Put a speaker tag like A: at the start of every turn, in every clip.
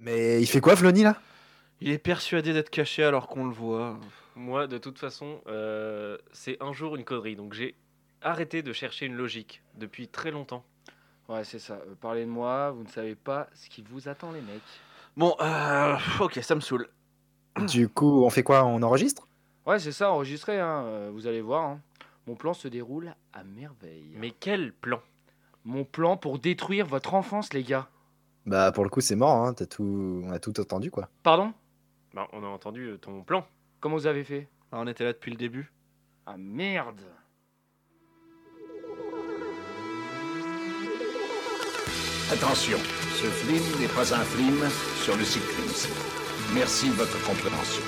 A: Mais il fait quoi, Flony, là
B: Il est persuadé d'être caché alors qu'on le voit.
C: Moi, de toute façon, euh, c'est un jour une connerie. Donc j'ai arrêté de chercher une logique depuis très longtemps.
D: Ouais, c'est ça. Euh, parlez de moi, vous ne savez pas ce qui vous attend, les mecs.
B: Bon, euh, ok, ça me saoule.
A: Du coup, on fait quoi On enregistre
D: Ouais, c'est ça, enregistré, hein. euh, vous allez voir. hein. Mon plan se déroule à merveille.
C: Mais quel plan
D: Mon plan pour détruire votre enfance, les gars.
A: Bah, pour le coup, c'est mort, hein. T'as tout... on a tout entendu, quoi.
D: Pardon
C: bah, On a entendu euh, ton plan.
D: Comment vous avez fait
B: Ah, on était là depuis le début.
D: Ah merde
E: Attention, ce film n'est pas un film sur le cyclisme. Merci de votre compréhension.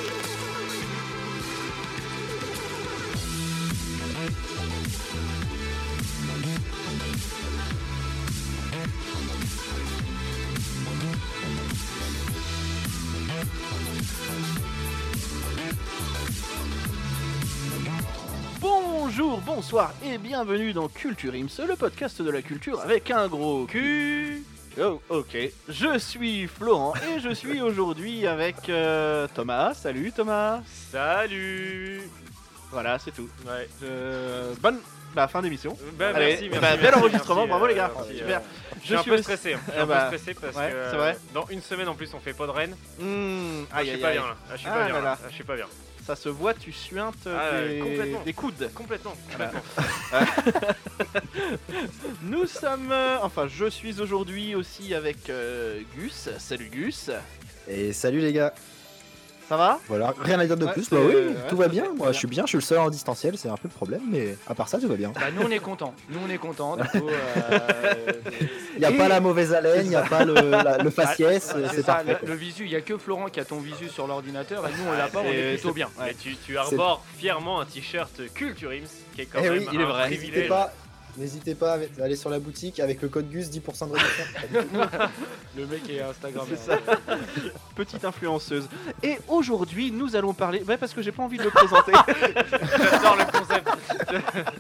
B: Bonjour, bonsoir et bienvenue dans Culture Ims, le podcast de la culture avec un gros cul. Oh, ok. Je suis Florent et je suis aujourd'hui avec euh, Thomas. Salut Thomas.
C: Salut
B: Voilà, c'est tout.
C: ouais.
B: Euh, bonne bah, fin d'émission.
C: Euh, bah,
B: Allez,
C: merci,
B: bah,
C: merci,
B: bel
C: merci,
B: enregistrement,
C: merci,
B: bravo
C: euh,
B: les gars.
C: merci,
B: Super.
C: euh, Je
B: Je
C: suis un
B: suis
C: peu
B: aussi-
C: stressé. hein. Je suis
B: Ah
C: un
B: bah,
C: peu stressé parce
B: ouais,
C: que euh,
B: c'est vrai.
C: dans une semaine en plus on fait pas de Rennes.
B: Hmm,
C: Ah,
B: aïe,
C: je suis
B: aïe,
C: pas
B: aïe.
C: bien là. Ah, je suis
B: Ah
C: pas bien.
B: là
C: là.
B: là.
C: Ah, Je suis pas bien.
B: Ça se voit, tu suintes
C: Ah, euh,
B: des,
C: complètement.
B: des coudes.
C: Complètement.
B: Voilà.
C: complètement.
B: Nous sommes, euh, enfin, je suis aujourd'hui aussi avec euh, Gus. Salut Gus.
A: Et salut, les gars.
B: Ça va
A: Voilà, rien à dire de
B: Ouais,
A: plus.
B: c'est-
A: Bah oui,
B: ouais,
A: tout va
B: ça fait
A: bien. Moi,
B: bien.
A: je suis bien, je suis le seul en distanciel, c'est un peu le problème, mais à part ça, tout va bien.
D: Bah nous on est contents, nous on est contents, du coup, euh,
A: Y a
D: Et-
A: pas la mauvaise haleine, y a pas le, la- le faciès,
D: c'est
A: c'est
D: ça, le,
A: parfait. quoi.
D: le visu, il y a que Florent qui a ton visu sur l'ordinateur, et nous on l'a pas, on
C: Et
D: est plutôt bien.
C: Mais tu, tu arbores fièrement un t-shirt Culture Ims qui est quand
A: Eh
C: même
A: oui,
B: il est
C: un
B: vrai.
C: privilège.
A: n'hésitez pas à aller sur la boutique avec le code GUS 10% de réduction.
D: Le mec est Instagram.
B: C'est ça. Petite influenceuse. Et aujourd'hui, nous allons parler. Ouais, parce que j'ai pas envie de le présenter.
C: J'adore le concept.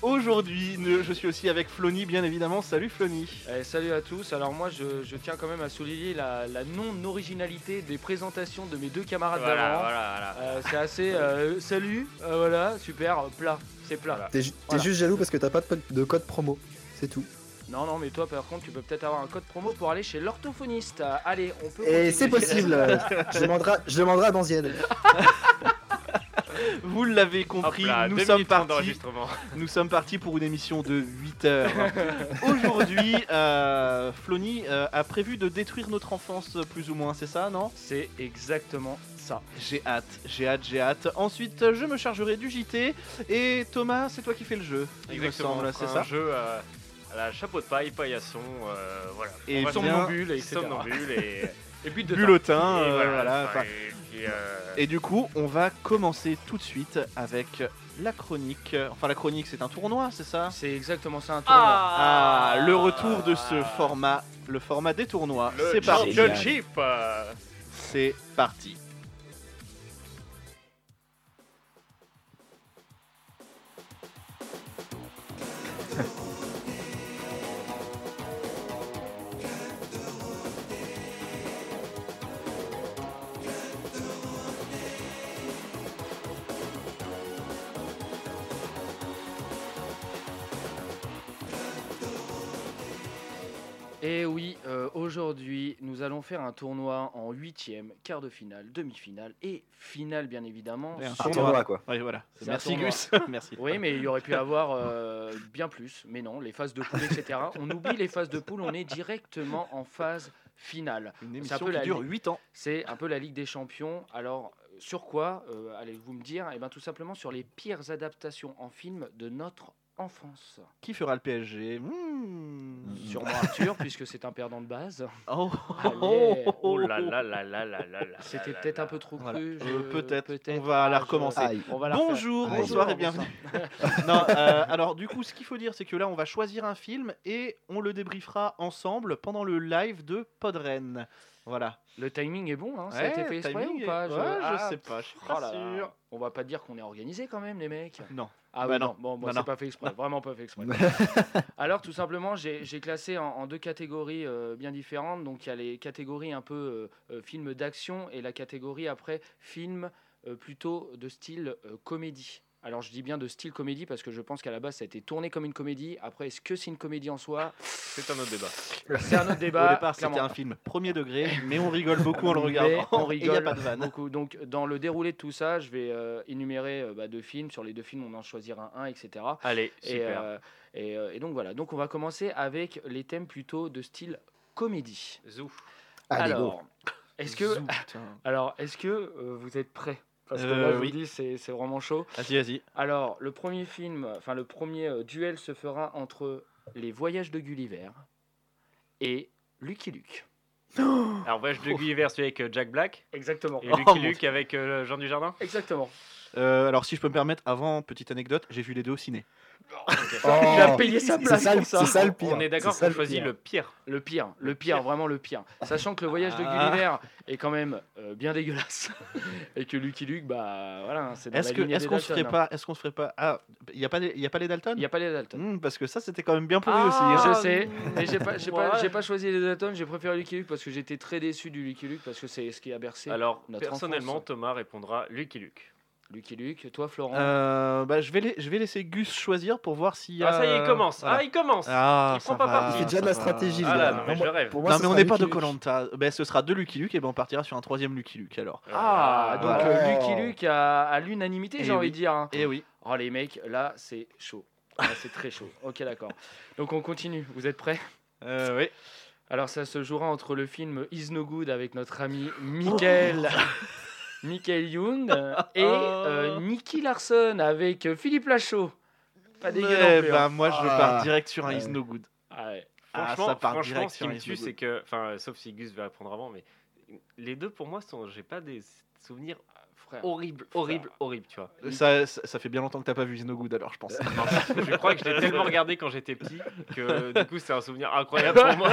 B: aujourd'hui, nous- je suis aussi avec Flony, bien évidemment. Salut Flony.
D: Eh, salut à tous, alors moi je, je tiens quand même à souligner la, la non-originalité des présentations de mes deux camarades
C: Voilà,
D: d'avant.
C: voilà, voilà.
D: Euh, c'est assez. euh, salut, euh, voilà, super, euh, plat, c'est plat.
C: Voilà.
A: T'es ju- t'es
D: Voilà.
A: juste jaloux parce que t'as pas de pod- de code promo, c'est tout.
D: Non, non, mais toi par contre, tu peux peut-être avoir un code promo pour aller chez l'orthophoniste. Euh, Allez, on peut.
A: Et
D: continuer.
A: c'est possible. euh, je demanderai, je demanderai à Danziel.
B: Vous l'avez
C: Hop
B: compris,
C: là,
B: nous
C: deux
B: sommes
C: minutes trente
B: partis.
C: d'enregistrement.
B: Nous sommes partis pour une émission de 8 heures. Aujourd'hui, euh, Flony euh, a prévu de détruire notre enfance, plus ou moins, c'est ça, non
D: C'est exactement ça.
B: J'ai hâte, j'ai hâte, j'ai hâte. Ensuite, je me chargerai du JT. Et Thomas, c'est toi qui fais le jeu. il me
C: Exactement,
B: semble, c'est
C: un
B: ça
C: jeu euh, à la chapeau de paille, paillasson, euh, voilà.
B: Et
C: On va
B: Eh bien-
C: dire
D: Somnambule, et etc.
C: somnambule et,
D: Et puis de
B: Bulletin,
C: et
B: euh,
C: voilà.
B: voilà,
C: enfin,
B: enfin,
C: et puis, euh,
B: Et du coup, on va commencer tout de suite avec la chronique. Enfin, la chronique, c'est un tournoi, c'est ça
D: C'est exactement ça un tournoi.
C: Ah,
B: Ah, le retour de ce format, le format des tournois.
C: Le
B: C'est parti.
A: Génial.
C: championship euh,
B: C'est parti.
D: Et oui, euh, aujourd'hui, nous allons faire un tournoi en huitième, quart de finale, demi-finale et finale, bien évidemment.
B: Et un
A: Un
D: sur-
B: tournoi.
A: tournoi, quoi.
B: Oui, voilà.
D: C'est un
B: Merci
D: tournoi.
B: Gus. Merci.
D: Oui, mais il y aurait pu avoir euh, bien plus. Mais non, les phases de poule, etc. On oublie les phases de poule, on est directement en phase finale.
B: Une
D: C'est un
B: émission
D: peu
B: qui
D: la
B: dure
D: Ligue.
B: 8 ans.
D: C'est un peu la Ligue des Champions. Alors, sur quoi euh, allez-vous me dire Eh bien, tout simplement sur les pires adaptations en film de notre enfance.
B: Qui fera le PSG Hmm.
D: Sûrement Arthur, puisque c'est un perdant de base.
B: Oh,
D: Allez.
C: Oh là là là là là là là.
D: C'était
C: là
D: peut-être
C: là.
D: un peu trop
B: Ah Voilà.
D: cru. je-
B: Euh, peut-être. On va la
D: je-
B: recommencer.
A: Aïe.
D: On va la refaire.
B: Bonjour,
A: Allez.
B: bonsoir et bienvenue.
D: bonsoir.
B: non, euh, alors du coup, ce qu'il faut dire, c'est que là, on va choisir un film et on le débriefera ensemble pendant le live de Podren. Voilà.
D: Le timing est bon, hein Ça a
B: Ouais,
D: été fait exprès
B: timing
D: ou
B: est-
D: pas
B: ouais, je sais pas, je suis
D: oh
B: pas
D: là là.
B: sûr.
D: On va pas dire qu'on est organisé quand même, les mecs.
B: Non.
D: Ah
B: Bah
D: ouais,
B: non.
D: non. bon, moi
B: Non, non.
D: c'est pas fait exprès, vraiment pas fait exprès. Alors tout simplement, j'ai j'ai classé en, en deux catégories euh, bien différentes. Donc il y a les catégories un peu euh, euh, films d'action et la catégorie après film euh, plutôt de style euh, comédie. Alors je dis bien de style comédie parce que je pense qu'à la base ça a été tourné comme une comédie. Après, est-ce que c'est une comédie en soi
C: C'est un autre débat.
D: C'est un autre débat.
B: Au départ, c'était
D: clairement.
B: un film premier degré, mais on rigole beaucoup en le
D: Mais
B: regardant.
D: on
B: Et y a
D: rigole Oh,
B: pas de vanne.
D: beaucoup. Donc, dans le déroulé de tout ça, je vais euh, énumérer euh, bah, deux films. Sur les deux films, on en choisira un, etc.
C: Allez,
D: Et,
C: super.
D: euh, et, euh, et donc voilà, donc on va commencer avec les thèmes plutôt de style comédie.
B: euh,
C: Zouf.
A: Allez, go.
D: alors, est-ce que, Ah,
B: Zou, putain.
D: alors, est-ce que euh, vous êtes prêts Parce que
B: Euh,
D: là, je
B: oui.
D: vous dis, c'est c'est vraiment chaud.
B: Vas-y, vas-y.
D: Alors, le premier film, enfin le premier euh, duel se fera entre les Voyages de Gulliver et Lucky Luke.
C: Alors, Voyage de Gulliver, celui avec euh, Jack Black
D: Exactement.
C: et
B: Oh,
C: Lucky
B: mon
C: Luke avec euh, Jean Dujardin.
D: Exactement.
B: Euh, alors, si je peux me permettre, avant, petite anecdote, j'ai vu les deux au ciné. Oh.
D: Il a payé sa
A: c'est
D: place
A: ça,
D: pour
A: le-
D: ça.
A: C'est ça le pire.
C: On est d'accord
A: C'est ça
C: qu'on choisit
A: pire.
C: le pire.
D: Le pire, le pire, vraiment le pire. Sachant que le voyage de
B: Ah.
D: Gulliver est quand même euh, bien dégueulasse et que Lucky Luke, bah voilà, c'est dans
B: Est-ce
D: la
B: que-
D: lignée
B: est-ce
D: des
B: qu'on se ferait
D: Dalton, hein.
B: pas Est-ce qu'on se ferait pas Ah, il y a pas les- y a pas les Dalton
D: Il n'y a pas les Dalton.
B: Hmm, Parce que ça, c'était quand même bien pourri
C: Ah,
B: aussi. hein.
D: Je sais, mais j'ai pas, j'ai pas,
C: Ouais.
D: j'ai pas choisi les Dalton, j'ai préféré Lucky Luke parce que j'étais très déçu du Lucky Luke parce que c'est ce qui a bercé
C: Alors,
D: notre
C: personnellement,
D: enfance.
C: Thomas répondra Lucky Luke.
D: Lucky Luke. Toi, Florent,
B: Euh, bah, je, vais la- je vais laisser Gus choisir pour voir s'il y a.
C: Ah, ça y est, il commence.
B: Voilà.
C: Ah, il commence.
B: Ah,
C: Il
B: ça
C: prend pas
B: va,
C: parti. Il fait
A: déjà de
B: ça
A: la
B: va.
A: stratégie,
C: Ah
A: là.
C: là, non, mais
A: Moi,
C: je rêve.
A: Pour moi,
B: Non,
A: ce
B: mais on
A: sera
B: n'est pas de
A: Lucky Luke.
B: Colanta. Ben, ce sera de Lucky Luke et ben on partira sur un troisième Lucky Luke alors.
D: ah, donc
A: ouais.
D: euh, Lucky Luke à, à l'unanimité,
B: Eh
D: j'ai envie
B: oui.
D: de dire. hein.
B: Et oui.
D: Oh les mecs, là c'est chaud, Là, c'est très chaud. Ok, d'accord. Donc on continue. Vous êtes prêts?
B: Euh, oui.
D: Alors ça se jouera entre le film Is No Good avec notre ami Michael, Michael Youn euh,
B: Oh.
D: et euh, Nicky Larson avec euh, Philippe Lachaud. Pas dégueu non
B: Eh
D: plus,
B: ben,
D: hein.
B: moi, je
A: Ah.
B: pars direct sur un
A: Ouais.
B: Is No Good.
D: Ah ouais.
B: Ah,
C: Franchement,
B: ça part
C: franchement,
B: direct
C: ce
B: sur
C: qui me
B: un
C: tue,
B: Isogol.
C: c'est que, enfin, euh, sauf si Gus va répondre avant, mais les deux pour moi sont, j'ai pas des souvenirs
D: Frère.
C: horribles, horribles, horribles, tu vois.
B: Ça, ça, ça fait bien longtemps que t'as pas vu Is No Good alors, je
C: Euh,
B: pense.
C: Je crois que je l'ai tellement regardé quand j'étais petit que du coup c'est un souvenir incroyable pour moi.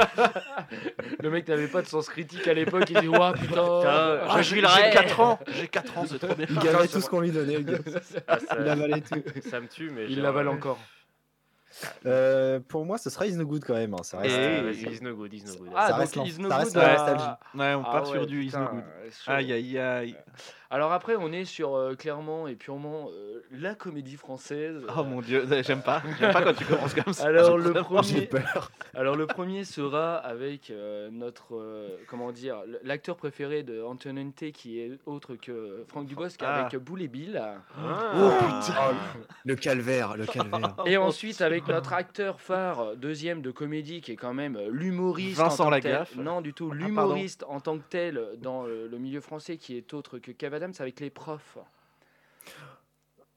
D: Le mec n'avait pas de sens critique à l'époque, il dit Ouah putain,
C: Putain,
D: ah,
B: Ah,
D: j'ai-
B: j'ai
D: j'ai
B: 4 ans. J'ai 4 ans, c'est trop bien.
A: Il gagnait tout ce qu'on lui donnait, le gars.
C: Ah,
A: Il
C: ça,
A: avalait tout.
C: ça me tue, mais
D: Il
C: j'ai-
D: l'avale encore.
A: Euh, Pour moi, ce sera Is No Good quand même. hein, Ça
C: Ouais,
A: reste.
B: Et-
C: vas-y, Is no good, is no good.
D: Ah,
A: reste
D: donc
A: l'en-
D: Is No
A: ça
D: Good.
A: reste la
D: ah,
A: nostalgie.
B: Ouais, euh, on
D: ah
B: part
D: ouais,
B: sur du Is No
D: putain,
B: Good.
D: c'est chaud.
B: Aïe, aïe, aïe.
D: Alors après, on est sur euh, clairement et purement euh, la comédie française.
B: Oh mon Ah, dieu, j'aime pas. J'aime pas quand tu commences comme ça.
D: Alors le
A: J'ai
D: premier,
A: peur.
D: Alors le premier sera avec euh, notre euh, comment dire l- l'acteur préféré de Antonente qui est autre que euh, Franck Dubosc
B: Ah.
D: avec Boule et Bill
C: Ah.
A: Oh, putain. Le calvaire, le calvaire.
D: et ensuite avec notre acteur phare euh, deuxième de comédie qui est quand même euh, l'humoriste
B: Vincent
D: en tant que tel-
B: Lagaffe.
D: non du tout
B: pardon.
D: l'humoriste en tant que tel dans euh, le milieu français qui est autre que Cavadams avec les profs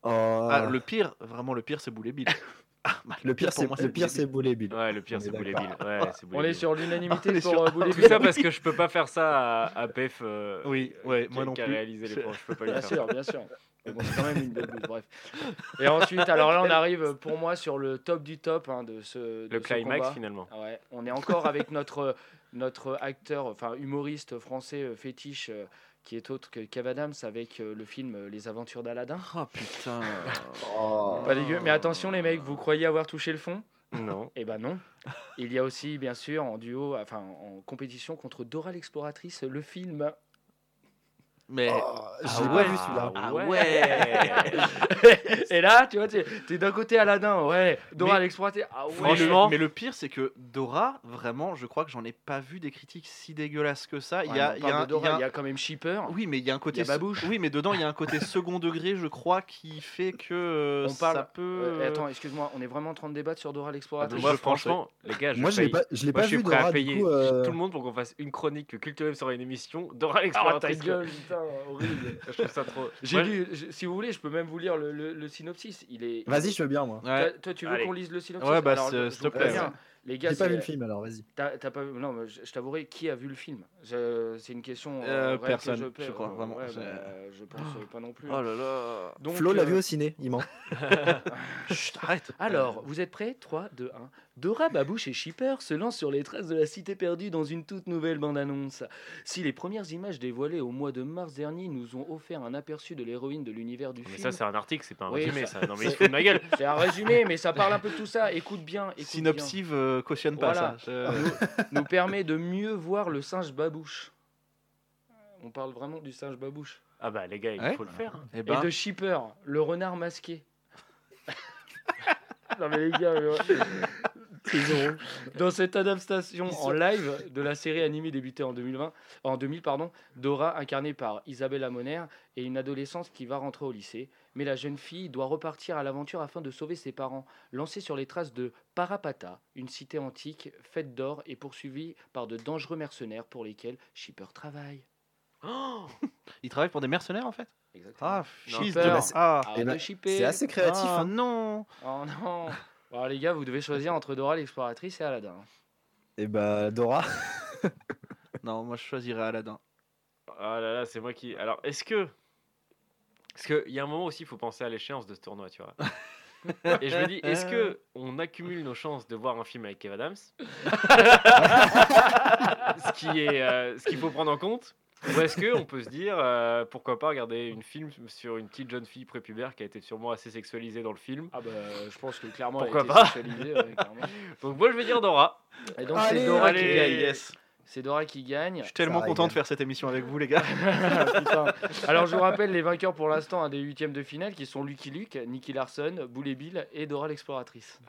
A: Oh,
B: Ah, le pire, vraiment le pire, c'est Boulet Bill. Ah, bah,
A: Le pire,
B: pour
A: c'est
B: moi,
A: le pire,
B: Boulet
A: c'est Boulet Bill.
C: Ouais, le pire
A: On
C: c'est
A: est
C: Boulet Bill.
A: d'accord.
C: Ouais, c'est Boulet
D: on est
C: Bill.
D: sur
B: On est
D: l'unanimité
B: sur-
D: pour euh, Boule et
C: Tout
D: Bill
C: ça parce que je peux pas faire ça à, à PEF. euh,
B: Oui, ouais,
C: qui-
B: moi non
C: qui a
B: plus.
C: réalisé les
B: Je-
C: plans, je peux pas lui
D: Bien
C: faire.
D: sûr, bien sûr. Mais bon, c'est quand même une bonne bouse, bref. Et ensuite, alors là, on arrive euh, pour moi sur le top du top hein, de ce. de
C: Le
D: ce
C: climax
D: combat.
C: finalement.
D: Ah Ouais, on est encore avec notre, euh, notre acteur, enfin humoriste français euh, fétiche, euh, qui est autre que Kev Adams avec euh, le film euh, Les Aventures d'Aladin.
B: Bill. Oh putain.
A: Oh.
D: Pas dégueu, mais attention les mecs, vous croyez avoir touché le fond
C: Non.
D: Eh ben non. Il y a aussi, bien sûr, en duo, enfin en compétition contre Dora l'exploratrice, le film.
B: Mais.
A: Oh, J'ai
B: Ah
A: pas
B: ouais.
A: vu celui-là.
B: Ah
C: ouais.
D: Et là, tu vois, t'es t'es d'un côté Aladin, ouais. Dora
B: Mais-
D: l'exploratrice, ah ouais.
B: Mais le-
C: Franchement.
B: mais le pire, c'est que Dora, vraiment, je crois que j'en ai pas vu des critiques si dégueulasses que ça. Il
D: Ouais,
B: y a,
D: mais on
B: il y
D: parle
B: a-
D: de Dora,
B: il y a-
D: il y a quand même Shipper.
B: Oui, mais il y a un côté.
D: Il y a Babouche.
B: Oui, mais dedans, il y a un côté second degré, je crois, qui fait que euh,
D: On parle-
B: ça peut.
D: Euh,
B: euh,
D: attends, excuse-moi, on est vraiment en train de débattre sur Dora l'exploratrice.
C: Moi
B: je pense,
C: franchement, les gars, je
A: Moi, je l'ai
C: paye.
A: pas, je l'ai
C: Moi,
A: pas
C: je suis
A: vu
C: prêt à
A: Dora,
C: payer
A: du coup. euh,
C: tout le monde pour qu'on fasse une chronique que Culture Web sera une émission Dora
D: Ah, ta
C: l'exploratrice. quoi.
D: gueule, putain, horrible.
C: je trouve ça trop.
D: J'ai
C: Moi,
D: lu, je- si vous voulez, je peux même vous lire le, le- le synopsis. Il est.
A: Vas-y, je veux bien, moi.
B: Ouais.
D: Toi, toi, tu veux
C: Allez.
D: qu'on lise le synopsis
B: Ouais, bah,
D: Alors,
B: c'est-
D: je-
B: s'il
D: je vous
B: te plaît, hein.
D: préviens,
B: ouais.
D: Les gars,
A: J'ai pas
D: c'est-
A: vu le film alors, vas-y.
D: T'as t'as pas vu Non, mais je, je t'avouerai, qui a vu le film Je- C'est une question.
B: Euh,
D: vraie que
B: personne,
D: paie.
B: je crois, vraiment,
D: ouais,
B: c'est-
D: bah, je pense euh, pas non plus.
B: Oh là là.
D: Donc,
A: Flo l'a
D: euh,
A: vu au ciné, il ment.
B: Chut, arrête.
A: Euh.
D: Alors, vous êtes prêts 3, 2, 1. Dora, Babouche et Shipper se lancent sur les traces de la cité perdue dans une toute nouvelle bande-annonce. Si les premières images dévoilées au mois de mars dernier nous ont offert un aperçu de l'héroïne de l'univers du
B: Oh,
C: Mais
D: film,
C: ça, c'est un article, c'est pas un
D: Oui,
C: résumé,
D: ça-
C: ça. Non, mais il se fout de ma gueule.
D: c'est un résumé, mais ça parle un peu de tout ça. Écoute bien, écoute bien.
B: Synopsive euh, cautionne pas
D: Voilà.
B: ça. Je-
D: Nous permet de mieux voir le singe Babouche. On parle vraiment du singe Babouche.
C: Ah bah, les gars, il
B: Ouais.
C: faut le faire. hein.
B: Eh
D: Et
A: Bah.
B: ben,
D: de Shipper, le renard masqué. non mais les gars, mais ouais. dans cette adaptation en live de la série animée débutée en 2020, en 2000 pardon, Dora incarnée par Isabelle Amoner est une adolescente qui va rentrer au lycée, mais la jeune fille doit repartir à l'aventure afin de sauver ses parents, lancée sur les traces de Parapata, une cité antique faite d'or et poursuivie par de dangereux mercenaires pour lesquels Shipper travaille.
C: Oh
B: il travaille pour des mercenaires en fait.
D: Exactement.
B: Ah,
C: Non,
B: she's
D: peur.
B: the- Ah,
D: Arrête
A: eh
D: de
A: ben,
D: shipper.
A: C'est assez créatif.
B: ah,
A: hein.
B: non.
D: Oh non Alors les gars, vous devez choisir entre Dora l'exploratrice et Aladdin.
A: Et bah, Dora.
B: Non, moi je choisirais Aladdin.
C: Ah là là, c'est moi qui. Alors, est-ce que. Parce qu'il y a un moment aussi, il faut penser à l'échéance de ce tournoi, tu vois. Et je me dis, est-ce que on accumule nos chances de voir un film avec Kev Adams Ce qui est, euh, ce qu'il faut prendre en compte. Ou est-ce que on peut se dire, euh, pourquoi pas regarder une film sur une petite jeune fille prépubère qui a été sûrement assez sexualisée dans le film
D: Ah bah je pense que clairement
C: Pourquoi
D: elle a été
C: pas
D: sexualisée, ouais, clairement.
C: Donc moi, je vais dire Dora.
D: Et
B: Oh,
D: donc
A: Allez,
D: c'est Dora
C: allez.
D: qui gagne.
B: yes.
D: C'est Dora qui gagne.
B: Je suis tellement
A: Ça
B: content
A: rigole.
B: de faire cette émission avec vous les gars.
D: Putain. Alors je vous rappelle les vainqueurs pour l'instant hein, des huitièmes de finale qui sont Lucky Luke, Nicky Larson, Boulet Bill et Dora l'exploratrice.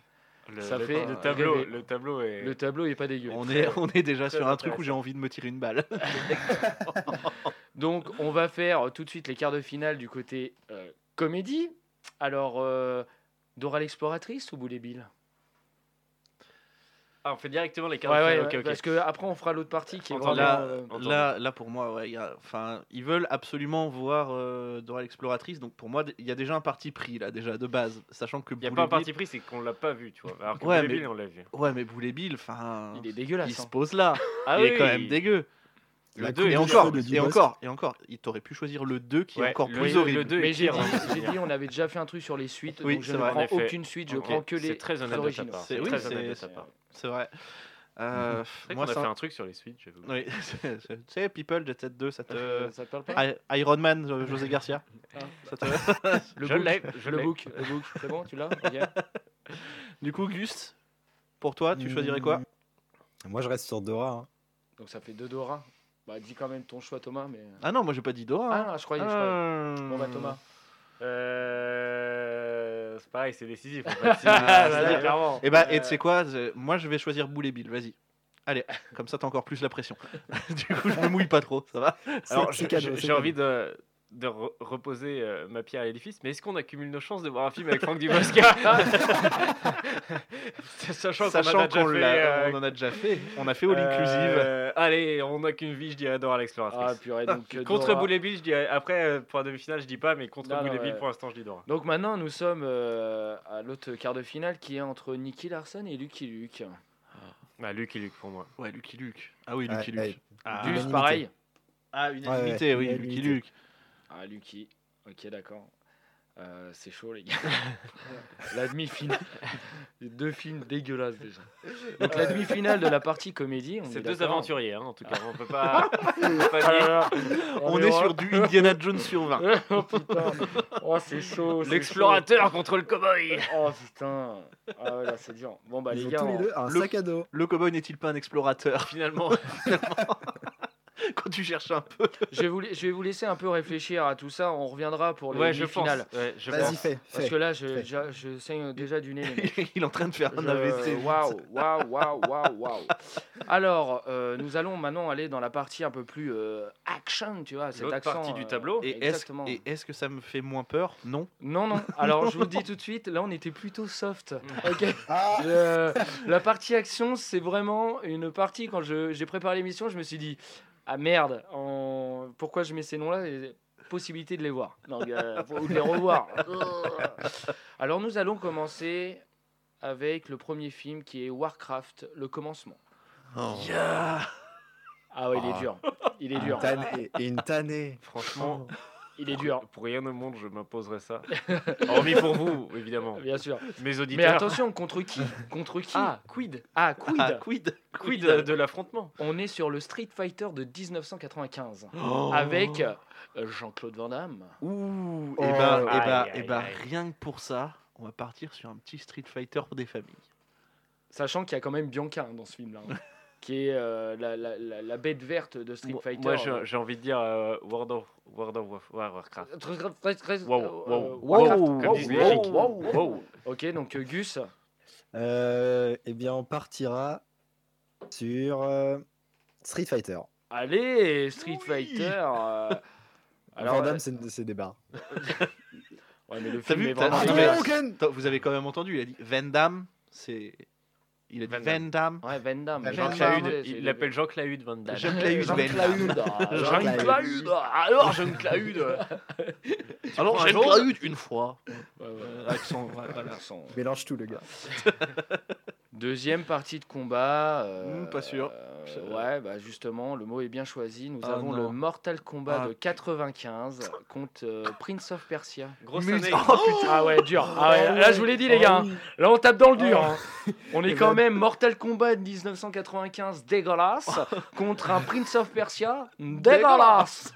C: Le,
D: Ça
C: le-
D: fait
C: le tableau,
D: rêver.
C: le tableau est.
D: Le tableau est pas dégueu.
B: On est, on est déjà
C: Très
B: sur un truc où
C: intéressant.
B: j'ai envie de me tirer une balle.
D: Donc, on va faire euh, tout de suite les quarts de finale du côté euh, comédie. Alors, euh, Dora l'exploratrice ou Boulet Bill
C: Ah, on fait directement les
D: Ouais,
C: cartes.
D: ouais,
C: ok,
D: ouais,
C: ok.
D: parce que après on fera l'autre partie qui est
C: Entendu.
D: vraiment,
B: Là,
D: euh,
C: Entendu.
B: là, là, pour moi, ouais, il y a- enfin, ils veulent absolument voir euh, Dora l'exploratrice. Donc pour moi, il y a déjà un parti pris là, déjà de base, sachant que
C: Il n'y a
B: Boulet
C: pas un
B: Bill-
C: parti pris, c'est qu'on l'a pas vu, tu vois. Alors que
B: Ouais,
C: Boulet
B: mais-
C: Bill, on l'a vu.
B: Ouais, mais Boulet Bill, enfin,
D: il est
B: il,
D: dégueulasse.
B: se
D: hein.
B: pose là.
C: Ah
B: il est quand même dégueu.
A: La
C: deux,
A: coupe
B: et
A: de
B: encore,
A: cheveux de
B: et
A: Dubosc.
B: encore, et encore, il t'aurait pu choisir le 2 qui est
C: Ouais,
B: encore
C: le-
B: plus
C: le
B: horrible.
C: deux est
D: Mais j'ai
C: pire dans
D: dit,
C: mon
D: j'ai
C: souvenir.
D: dit, on avait déjà fait un truc sur les suites,
B: Oui,
D: donc je
B: c'est
D: ne
B: vrai.
D: prends
C: En effet.
D: aucune suite, je
C: Ok,
D: prends que
C: C'est
D: les
C: très honnête de ta
D: originaux.
C: part.
B: C'est-
C: C'est
B: oui,
C: très honnête
B: c'est-
C: de ta part.
B: C'est vrai. Euh,
C: C'est vrai
B: moi,
C: qu'on a
B: ça. Ah.
C: fait un truc sur les suites, j'avoue.
B: Oui, c'est- c'est- tu sais, People, Jet Set 2, ça te.
D: Ça te parle pas
B: I- Iron Man, euh, José Garcia.
D: Ah.
B: Ça te-
D: Le
C: je
D: book,
C: l'ai, je
D: le
C: l'ai.
D: book, le book. C'est bon, tu l'as Ok.
B: Du coup, Gust, pour toi, tu choisirais quoi
A: Hmm. Moi, je reste sur Dora. hein.
D: Donc ça fait deux Dora. Bah dis quand même ton choix Thomas, mais...
B: Ah non, moi j'ai pas dit Dora. hein.
D: Ah, je croyais, je croyais.
B: Euh,
D: Bon bah Thomas.
C: Euh, C'est pareil, c'est décisif. en fait. Si-
B: Ah,
C: si-
B: bah,
C: si-
B: d'accord.
D: clairement.
C: Eh
B: Et
C: ben,
B: bah, et tu sais quoi je- Moi, je vais choisir Boulet Bill. Vas-y. Allez, comme ça, t'as encore plus la pression. du coup, je me mouille pas trop, ça va
C: Alors,
A: C'est- c'est
C: j'ai-
A: cadeau,
C: j'ai
A: c'est
C: j'ai
A: cadeau.
C: envie de, de re- reposer euh, ma pierre à l'édifice, mais est-ce qu'on accumule nos chances de voir un film avec Franck Dubosc Sachant qu'on en a
B: Sachant
C: déjà
B: qu'on
C: fait,
B: l'a-
C: euh,
B: on en a déjà fait. On a fait All Inclusive.
C: euh, allez, on n'a qu'une vie, je dirais Dora
D: Ah
C: l'exploratrice.
D: purée, donc euh,
C: contre
D: Dora.
C: Boulet Bill, je dirais. Après, euh, pour la demi-finale, je dis pas, mais contre
D: Non, non,
C: Boulet Bill,
D: ouais.
C: pour l'instant, je dis Dora.
D: Donc maintenant nous sommes euh, à l'autre quart de finale qui est entre Nicky Larson et Lucky Luke.
C: Bah, Luc et Luc pour moi.
B: Ouais, Lucky Luke. Ah oui,
A: Ouais,
B: Lucky
A: ouais.
B: Luke. Ah,
A: Du-
D: Juste pareil.
B: ah, unanimité,
A: Ouais, ouais,
B: oui, Lucky
A: unanimité.
B: Luke.
D: Ah, Lucky. Ok, d'accord. Euh, c'est chaud, les gars. la demi-finale. Deux films dégueulasses déjà. Donc, la demi-finale de la partie comédie. on
C: C'est
D: est
C: deux
D: d'accord
C: aventuriers, hein, en tout cas. On peut pas. on peut
D: Ah
C: pas
D: là
C: nier.
D: là,
B: On est sur du Indiana Jones sur 20.
D: oh putain. Oh, c'est chaud. c'est
C: L'explorateur contre le cowboy.
D: chaud. Oh putain. Ah ouais, là, c'est dur. Bon, bah,
A: Ils
D: les
A: ont
D: gars.
A: tous les
D: on-
A: deux un
B: Le-
A: sac à dos.
B: Le cowboy n'est-il pas un explorateur finalement Quand tu cherches un peu.
D: Je, vais vous, la- je vais vous laisser un peu réfléchir à tout ça. On reviendra pour les
C: Ouais, je pense.
D: demi-finales.
C: Ouais, je
A: Vas-y,
C: pense.
A: fais.
D: Parce
A: fais.
D: que là, je,
A: Fais.
D: déjà- je saigne déjà du nez. les mecs.
B: Il est en train de faire un AVC.
D: Je- Waouh, waouh, waouh, waouh, waouh. Alors, euh, nous allons maintenant aller dans la partie un peu plus euh, action, tu vois, cette
C: L'autre
D: action.
C: partie du
D: euh,
C: tableau.
B: Et est-ce
D: exactement.
B: et est-ce que ça me fait moins peur Non.
D: Non, non. Alors, je vous le dis tout de suite, là, on était plutôt soft. Ok.
A: Ah,
D: Le- la partie action, c'est vraiment une partie. Quand je- j'ai préparé l'émission, je me suis dit, ah merde, on- pourquoi je mets ces noms-là Et- Possibilité de les voir. Non, euh, ou de les revoir. Alors, nous allons commencer avec le premier film qui est Warcraft, le commencement.
B: Oh. Yeah.
D: Ah ouais, il
F: Ah.
D: est dur. Il est
F: Une
D: dur.
F: tannée- et une tannée.
C: Franchement,
D: Il est dur.
C: pour rien au monde, je m'imposerais ça. Hormis pour vous, évidemment.
D: Bien sûr.
C: Mes
D: Mais
C: auditeurs.
D: attention, contre qui Contre qui
C: ah, quid
D: Ah, quid
B: Ah, quid
C: Quid de, de l'affrontement
D: On est sur le Street Fighter de 1995
B: Oh.
D: avec euh, Jean-Claude Van Damme.
B: Ouh,
F: Oh,
B: et bah, et
C: aïe,
B: bah,
C: aïe,
B: et bah,
C: aïe.
B: rien que pour ça, on va partir sur un petit Street Fighter des familles.
D: Sachant qu'il y a quand même Bianca hein, dans ce film-là, hein, qui est euh, la, la- la- la bête verte de Street
C: Moi-
D: Fighter.
C: Moi, j'ai- j'ai envie de dire euh, World of, World of Warf- War- Warcraft.
D: Très- très- très- très-
C: Wow,
D: euh,
C: wow,
D: euh,
C: wow,
D: Warcraft.
C: wow,
D: Comme
C: wow,
D: disait
C: wow,
D: Eric.
C: wow, wow.
D: Ok, donc euh, Gus,
A: Euh, eh bien, on partira sur euh, Street Fighter.
D: allez, Street
B: Oui.
D: Fighter. euh, alors,
A: Van
D: euh,
A: Damme, c'est c'est des barres.
D: ouais, mais le
B: T'as
D: film
B: vu,
D: est
B: t'as-
C: Ah,
D: vraiment
B: t'as-
D: divers.
B: Attends, Vous avez quand même entendu, il a dit Van Damme, c'est. Il a dit
C: Van
B: Van
C: Damme.
B: Damme.
D: euh, Ouais, Van Damme.
A: Van
D: Jean
A: Damme,
D: Claude,
C: Claude,
D: c'est-
C: il l'appelle Jean Claude Van Damme.
B: Jean Claude Van
D: Jean
B: Damme.
D: Claude. ah,
A: Jean
D: Jean Claude.
A: Claude.
D: Alors Jean Claude.
B: Alors,
D: prends un
B: Ah j'ai
D: jour
B: Claude une fois.
D: Ouais, ouais.
B: Euh, accent, ouais, voilà.
D: Son-
A: Mélange tout, le gars.
D: Deuxième partie de combat. euh,
B: Hmm, pas sûr.
D: euh,
B: Je-
D: ouais, bah justement, le mot est bien choisi. Nous
B: Ah,
D: avons
B: non.
D: le Mortal Kombat
B: Ah.
D: de 95 contre euh, Prince of Persia.
C: Grosse
B: Mus-
C: année.
B: Oh,
D: Ah ouais, dur. Ah ouais, là, je vous l'ai dit, les gars. hein.
B: Ah
D: Là, on tape dans le dur. hein. On est
A: Eh
D: quand
A: ben-
D: même Mortal Kombat de 1995 dégueulasse contre un Prince of Persia dégueulasse.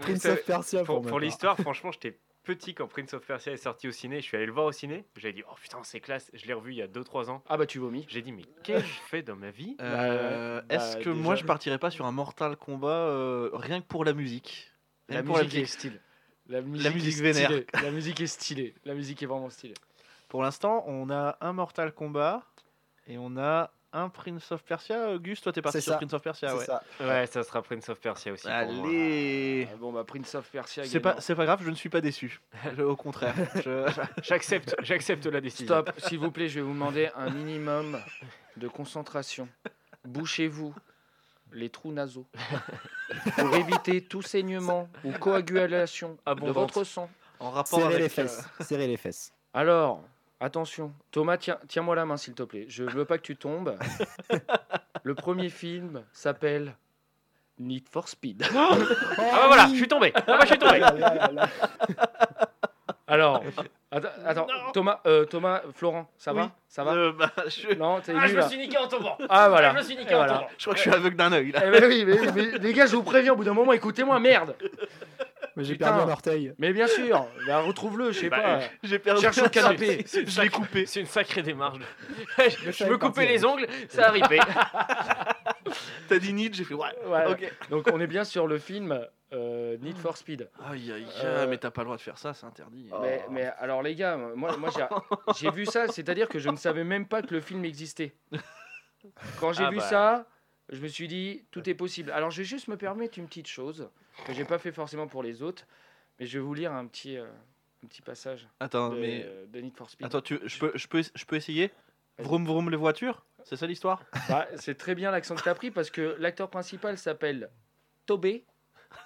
A: Prince
C: Vous savez,
A: of Persia pour,
C: Pour,
A: ma
C: pour
A: part.
C: l'histoire, franchement, j'étais petit quand Prince of Persia est sorti au ciné. Je suis allé le voir au ciné. J'avais dit, oh putain, c'est classe. Je l'ai revu il y a 2-3 ans.
D: Ah bah, tu vomis.
C: J'ai dit, mais qu'ai-je fait dans ma vie
B: Euh,
D: Bah,
B: Est-ce que
D: déjà-
B: moi je partirais pas sur un Mortal Kombat euh, rien que pour la musique Rien
D: La
B: que pour
D: musique est stylée. La musique,
B: musique
D: est
B: vénère.
D: stylée. La musique est stylée. La musique est vraiment stylée.
B: Pour l'instant, on a un Mortal Kombat et on a un Prince of Persia. Auguste, toi t'es parti
A: C'est
B: sur
A: ça.
B: Prince of
A: C'est
B: Persia, ouais.
A: ça.
C: Ouais, ça sera Prince of Persia aussi. pour moi.
B: Allez
D: Ah bon bah Prince of Persia.
B: C'est
D: gagnant.
B: pas, c'est pas grave, je ne suis pas déçu. Je- au contraire. je-
C: J'accepte, j'accepte la décision.
D: Stop, s'il vous plaît, je vais vous demander un minimum de concentration. Bouchez-vous les trous nasaux pour éviter tout saignement ou coagulation de
C: Abondante.
D: votre sang.
B: En rapport
A: Serrez
B: avec euh,
A: les fesses. Serrez les fesses.
D: Alors, attention. Thomas, tiens- tiens-moi la main, s'il te plaît. Je veux pas que tu tombes. Le premier film s'appelle Need for Speed.
C: Ah bah voilà, je suis tombé. Ah bah je suis tombé.
D: Alors, attends, attends, Thomas, euh, Thomas, Florent, ça
B: Oui.
D: va Ça va
B: Euh, bah, je,
D: Non, t'es
C: Ah,
D: nul,
C: je me
D: là.
C: suis niqué en tombant.
D: Ah voilà.
C: Ah, je me suis niqué
D: Et
C: en
D: voilà.
C: tombant.
B: je crois que je suis aveugle d'un œil là.
D: Eh ben oui, mais, mais les gars, je vous préviens, au bout d'un moment, écoutez-moi, merde
A: Mais j'ai
D: Putain.
A: perdu un orteil.
D: Mais bien sûr, bah, retrouve-le, je sais
C: Bah,
D: pas.
C: euh,
B: J'ai perdu
D: Cherche
B: un
D: le canapé.
C: C'est
B: Je
C: une
B: l'ai
C: sacrée-
B: coupé.
C: C'est une sacrée démarche. je
A: ça
C: me
A: est parti,
C: coupais les
A: ouais.
C: ongles, ça a ripé.
B: T'as dit Nietzsche, j'ai fait ouais.
D: Ouais.
B: Ok.
D: Donc on est bien sur le film euh, Need for Speed.
B: Aïe aïe
D: Euh, Ah,
B: aïe, mais t'as pas le droit de faire ça, c'est interdit.
D: Mais,
A: Oh.
D: mais alors les gars, moi, moi j'ai- j'ai vu ça, c'est-à-dire que je ne savais même pas que le film existait. Quand j'ai
C: Ah
D: vu
C: bah.
D: ça, je me suis dit, tout est possible. Alors je vais juste me permettre une petite chose, que j'ai pas fait forcément pour les autres, mais je vais vous lire un petit, euh, un petit passage
B: Attends,
D: de,
B: mais
D: de Need for Speed.
B: Attends, tu, je, peux, je, peux, je peux essayer
D: Vas-y.
B: Vroom vroom les voitures C'est ça l'histoire
D: Bah, c'est très bien l'accent que t'as pris parce que l'acteur principal s'appelle Tobé,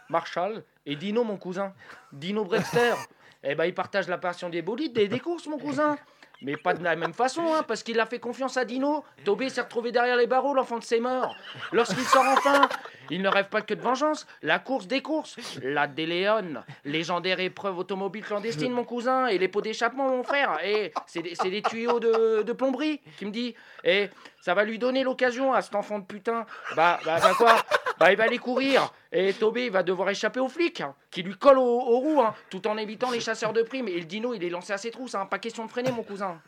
D: Marshall et Dino, mon cousin. Dino Brewster. Eh ben, il partage la passion des bolides et des courses, mon cousin. Mais pas de la même façon, hein, parce qu'il a fait confiance à Dino. Tobé s'est retrouvé derrière les barreaux, l'enfant de ses morts. Lorsqu'il sort enfin, il ne rêve pas que de vengeance. La course des courses, la déléone, légendaire épreuve automobile clandestine, mon cousin, et les pots d'échappement, mon frère. Et c'est des, c'est des tuyaux de, de plomberie qui me dit. Et ça va lui donner l'occasion à cet enfant de putain. Bah, bah, bah quoi Bah, il va aller courir. Et Tobé, il va devoir échapper aux flics, hein, qui lui collent aux, aux roues, hein, tout en évitant les chasseurs de primes. Et le dino, il est lancé à ses trousses, hein. Pas question de freiner, mon cousin.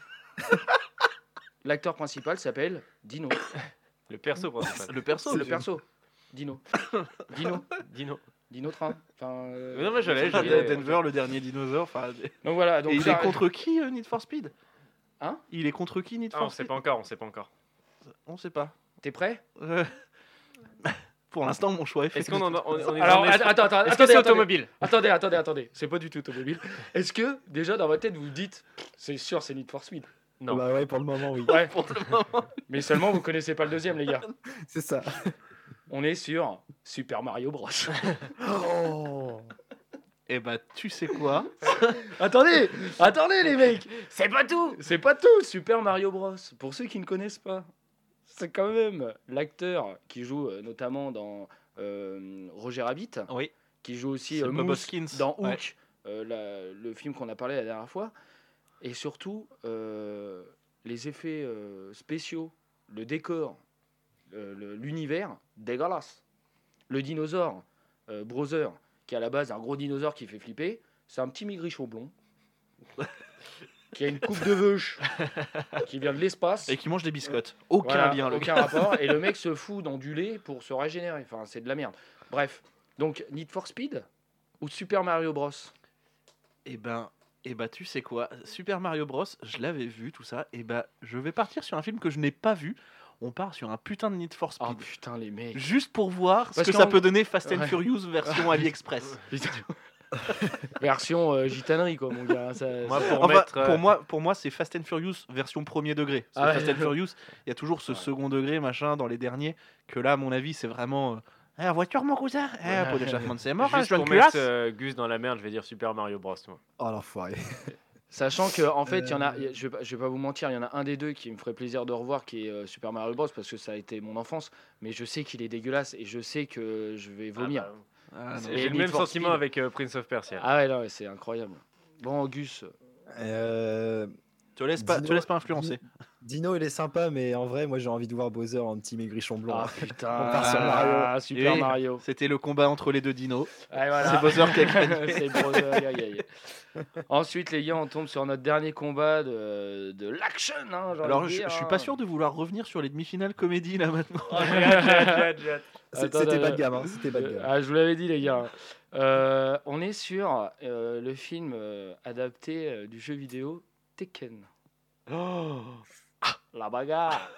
D: L'acteur principal s'appelle Dino.
C: Le perso principal.
B: Bah, Le perso
D: Le perso. Dino. Dino.
C: Dino.
D: Dino Train. Enfin, euh,
C: Mais non, mais je l'ai, je
B: Ah,
C: l'ai.
B: Denver, le dernier dinosaure. enfin,
D: Donc voilà. Donc
B: et il
D: ça-
B: est contre qui euh, Need for Speed
D: Hein
B: Il est contre qui Need
C: Ah, on
B: for
C: sait
B: Speed
C: pas encore, on sait pas encore.
B: On sait pas.
D: T'es prêt
B: Euh, Pour l'instant, mon choix est fait.
C: Est-ce qu'on en a- on- on est
D: Alors,
C: on est-
D: att- attends, attends.
C: Est-ce que c'est
D: attendez, attendez.
C: automobile
D: Attendez, attendez, attendez. C'est pas du tout automobile. Est-ce que, déjà, dans votre tête, vous vous dites, c'est sûr, c'est Need for Speed
C: Non.
A: Bah ouais, pour le moment, oui.
D: Ouais,
B: Pour le moment.
D: mais seulement, vous connaissez pas le deuxième, les gars.
A: C'est ça.
D: On est sur Super Mario Bros.
A: Oh.
B: Eh bah, tu sais quoi
D: Attendez, attendez les mecs, c'est pas tout, c'est pas tout. Super Mario Bros. Pour ceux qui ne connaissent pas, c'est quand même l'acteur qui joue euh, notamment dans euh, Roger Rabbit,
B: Oui.
D: qui joue aussi
B: C'est
D: euh,
B: Bob
D: Moose
B: Hoskins.
D: dans Hook,
B: Ouais.
D: euh, la- le film qu'on a parlé la dernière fois, et surtout euh, les effets euh, spéciaux, le décor, euh, le- l'univers dégueulasse. Le dinosaure, euh, Brother, qui est à la base un gros dinosaure qui fait flipper, c'est un petit migrichon blond qui a une coupe de veuche qui vient de l'espace.
B: Et qui mange des biscottes. Aucun
D: Voilà,
B: lien, le
D: aucun rapport. Et le mec se fout dans du lait pour se régénérer. Enfin, c'est de la merde. Bref, donc Need for Speed ou Super Mario Bros.
B: Et ben, et ben, tu sais quoi Super Mario Bros, je l'avais vu, tout ça. Et ben, je vais partir sur un film que je n'ai pas vu. On part sur un putain de Need for Speed.
D: Oh putain, les mecs.
B: Juste pour voir ce
D: Parce
B: que
D: qu'en-
B: ça peut donner Fast and
D: Ouais.
B: Furious version AliExpress.
D: Version euh, gitanerie, quoi, mon gars. Ça-
C: Moi,
D: ça-
C: pour
B: Enfin,
C: mettre, euh,
B: pour moi, pour moi c'est Fast and Furious version premier degré. Parce que
D: Ah ouais.
B: Fast and Furious, il y a toujours ce
D: Ouais.
B: second degré machin dans les derniers que là, à mon avis, c'est vraiment. euh, Ah, voiture, mon cousin Ah,
D: Ouais.
B: Paul Chapman, c'est mort, hein,
C: Juste
B: je donne
C: pour mettre
B: culasse.
C: euh, Gus dans la merde, je vais dire Super Mario Bros. Moi.
A: Oh l'enfoiré.
D: Sachant que, en fait, il y en a, je vais, pas- je vais pas vous mentir, il y en a un des deux qui me ferait plaisir de revoir qui est euh, Super Mario Bros. parce que ça a été mon enfance. Mais je sais qu'il est dégueulasse et je sais que je vais vomir.
C: Ah bah,
B: Ah, non.
D: Et
C: J'ai le
D: Need
C: même
D: for
C: sentiment
D: Speed.
C: avec euh, Prince of Persia.
D: Ah ouais, non, mais c'est incroyable. Bon, Auguste,
A: Euh,
B: Te laisse pas, te
A: Dis-nous-
B: laisse pas influencer.
A: Dino, il est sympa, mais en vrai, moi, j'ai envie de voir Bowser en petit maigrichon blond.
D: Ah putain, Ah,
A: On part sur Mario.
D: Super
B: Et-
D: Mario.
B: C'était le combat entre les deux dinos.
D: Ouais, voilà.
B: C'est Bowser qui a gagné.
D: C'est Bowser, aïe, aïe, aïe. Ensuite, les gars, on tombe sur notre dernier combat de, de l'action. hein, j'ai
B: Alors,
D: envie de
B: je,
D: dire,
B: je suis
D: hein.
B: pas sûr de vouloir revenir sur les demi-finales comédie là maintenant.
C: euh,
A: C'est-
D: attends,
A: C'était
D: attends.
A: pas de gamme, hein, c'était pas de
D: Euh,
A: gamme.
D: ah, je vous l'avais dit, les gars. Euh, on est sur euh, le film euh, adapté euh, du jeu vidéo Tekken. La bagarre.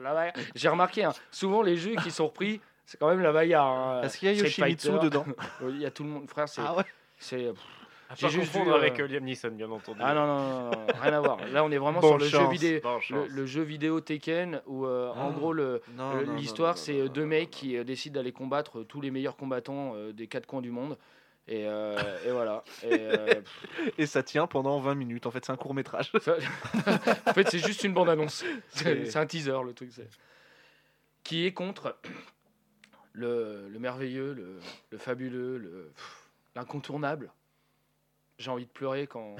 D: La bagarre. J'ai remarqué, hein, souvent les jeux qui sont repris, c'est quand même la bagarre. hein.
B: Est-ce qu'il y a
D: Street
B: Yoshimitsu
D: Fighter.
B: dedans
D: Il y a tout le monde, frère. C'est.
B: Ah ouais.
D: c'est-
C: J'ai
D: J'ai juste
C: juste confondre
D: vu, euh,
C: avec euh, Liam Neeson, bien entendu.
D: Ah non, non, non, non, rien à voir. Là, on est vraiment
B: Bonne
D: sur le jeu
B: chance,
D: vidéo.
C: Bonne
D: Le,
C: chance.
D: le jeu vidéo Tekken où euh, en
B: Ah.
D: gros le
B: Non,
D: le-
B: non, non,
D: l'histoire
B: non,
D: c'est
B: non,
D: euh,
B: non,
D: deux
B: non,
D: mecs
B: non.
D: qui euh, décident d'aller combattre euh, tous les meilleurs combattants euh, des quatre coins du monde et, euh, et voilà Et, euh, pff,
B: Et ça tient pendant 20 minutes. En fait, c'est un court métrage.
D: ça- en fait c'est juste une bande annonce
B: C'est-
D: c'est c'est un teaser le truc c'est qui est contre le, le merveilleux le, le fabuleux le pff, l'incontournable j'ai envie de pleurer quand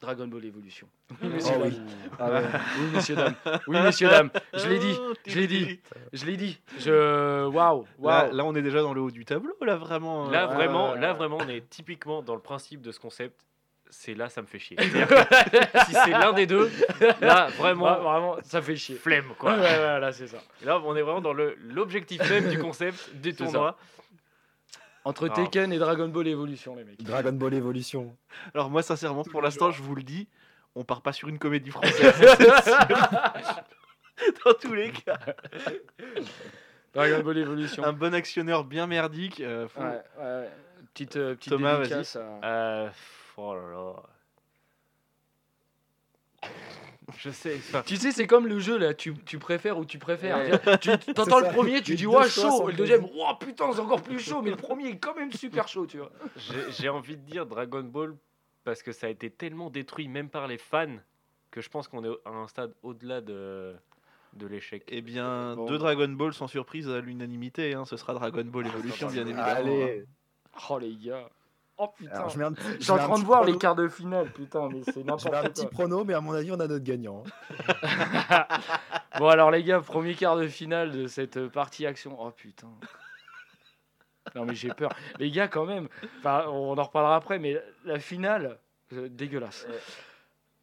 D: Dragon Ball Evolution oui messieurs,
A: Oh
D: dames.
A: oui. Ah ouais.
D: oui messieurs dames oui messieurs dames je l'ai dit
B: Oh,
D: je l'ai dit. Je l'ai dit. Je. Waouh.
B: Là,
D: Waouh.
B: là, on est déjà dans le haut du tableau. Là, vraiment. euh,
C: Là
D: Ouais,
C: vraiment,
D: ouais,
C: là
D: ouais.
C: vraiment, on est typiquement dans le principe de ce concept. C'est là, ça me fait chier. C'est-à-dire que si c'est l'un des deux, là
D: Vra-
C: vraiment,
D: Vraiment, ça fait chier.
C: flemme
D: Ouais,
C: quoi.
D: ouais, ouais, là, c'est ça.
C: Et là, on est vraiment dans le l'objectif même du concept du
D: C'est ça.
C: tournoi.
D: Entre
C: Ah.
D: Tekken et Dragon Ball Evolution, les mecs.
A: Dragon Ball Evolution.
B: Alors, moi, sincèrement, pour l'instant, je vous le dis, on part pas sur une comédie française. dans tous les cas.
D: Dragon Ball Evolution.
B: Un bon actionneur bien merdique. euh,
A: Ah.
B: faut-
D: Ouais, ouais, ouais. Petite, euh, petite
B: Thomas,
D: dédicace à-
C: Euh, pff, oh là là. Je sais. enfin,
D: Tu sais, c'est comme le jeu là, tu, tu préfères ou tu préfères.
A: Ouais.
D: Tu tu- t'entends
A: C'est
D: le
A: ça.
D: premier, tu
A: Les
D: dis
A: deux
D: ouah
A: choix
D: chaud,
A: sont
D: et le deuxième ouah putain c'est encore plus chaud, mais le premier est quand même super chaud, tu vois.
C: J'ai j'ai envie de dire Dragon Ball parce que ça a été tellement détruit, même par les fans, que je pense qu'on est au- à un stade au-delà de, de l'échec.
B: Eh bien,
D: Bon.
B: deux Dragon Ball sans surprise à l'unanimité. hein. Ce sera Dragon
D: Ah,
B: Ball Evolution, bien évidemment. hein.
A: Allez.
D: Oh les gars. Oh putain.
A: Alors, je mets un petit-
D: Je
A: je
D: suis
A: mets
D: en
A: un
D: train de
A: petit
D: voir
A: prono-
D: les quarts de finale, putain, mais c'est
A: Je mets un
D: n'importe
A: petit
D: quoi.
A: prono, mais à mon avis, on a notre gagnant. hein.
D: Bon alors les gars, premier quart de finale de cette euh, partie action. Oh putain. Non mais j'ai peur. Les gars quand même. Enfin, on en reparlera après, mais la finale, euh, dégueulasse.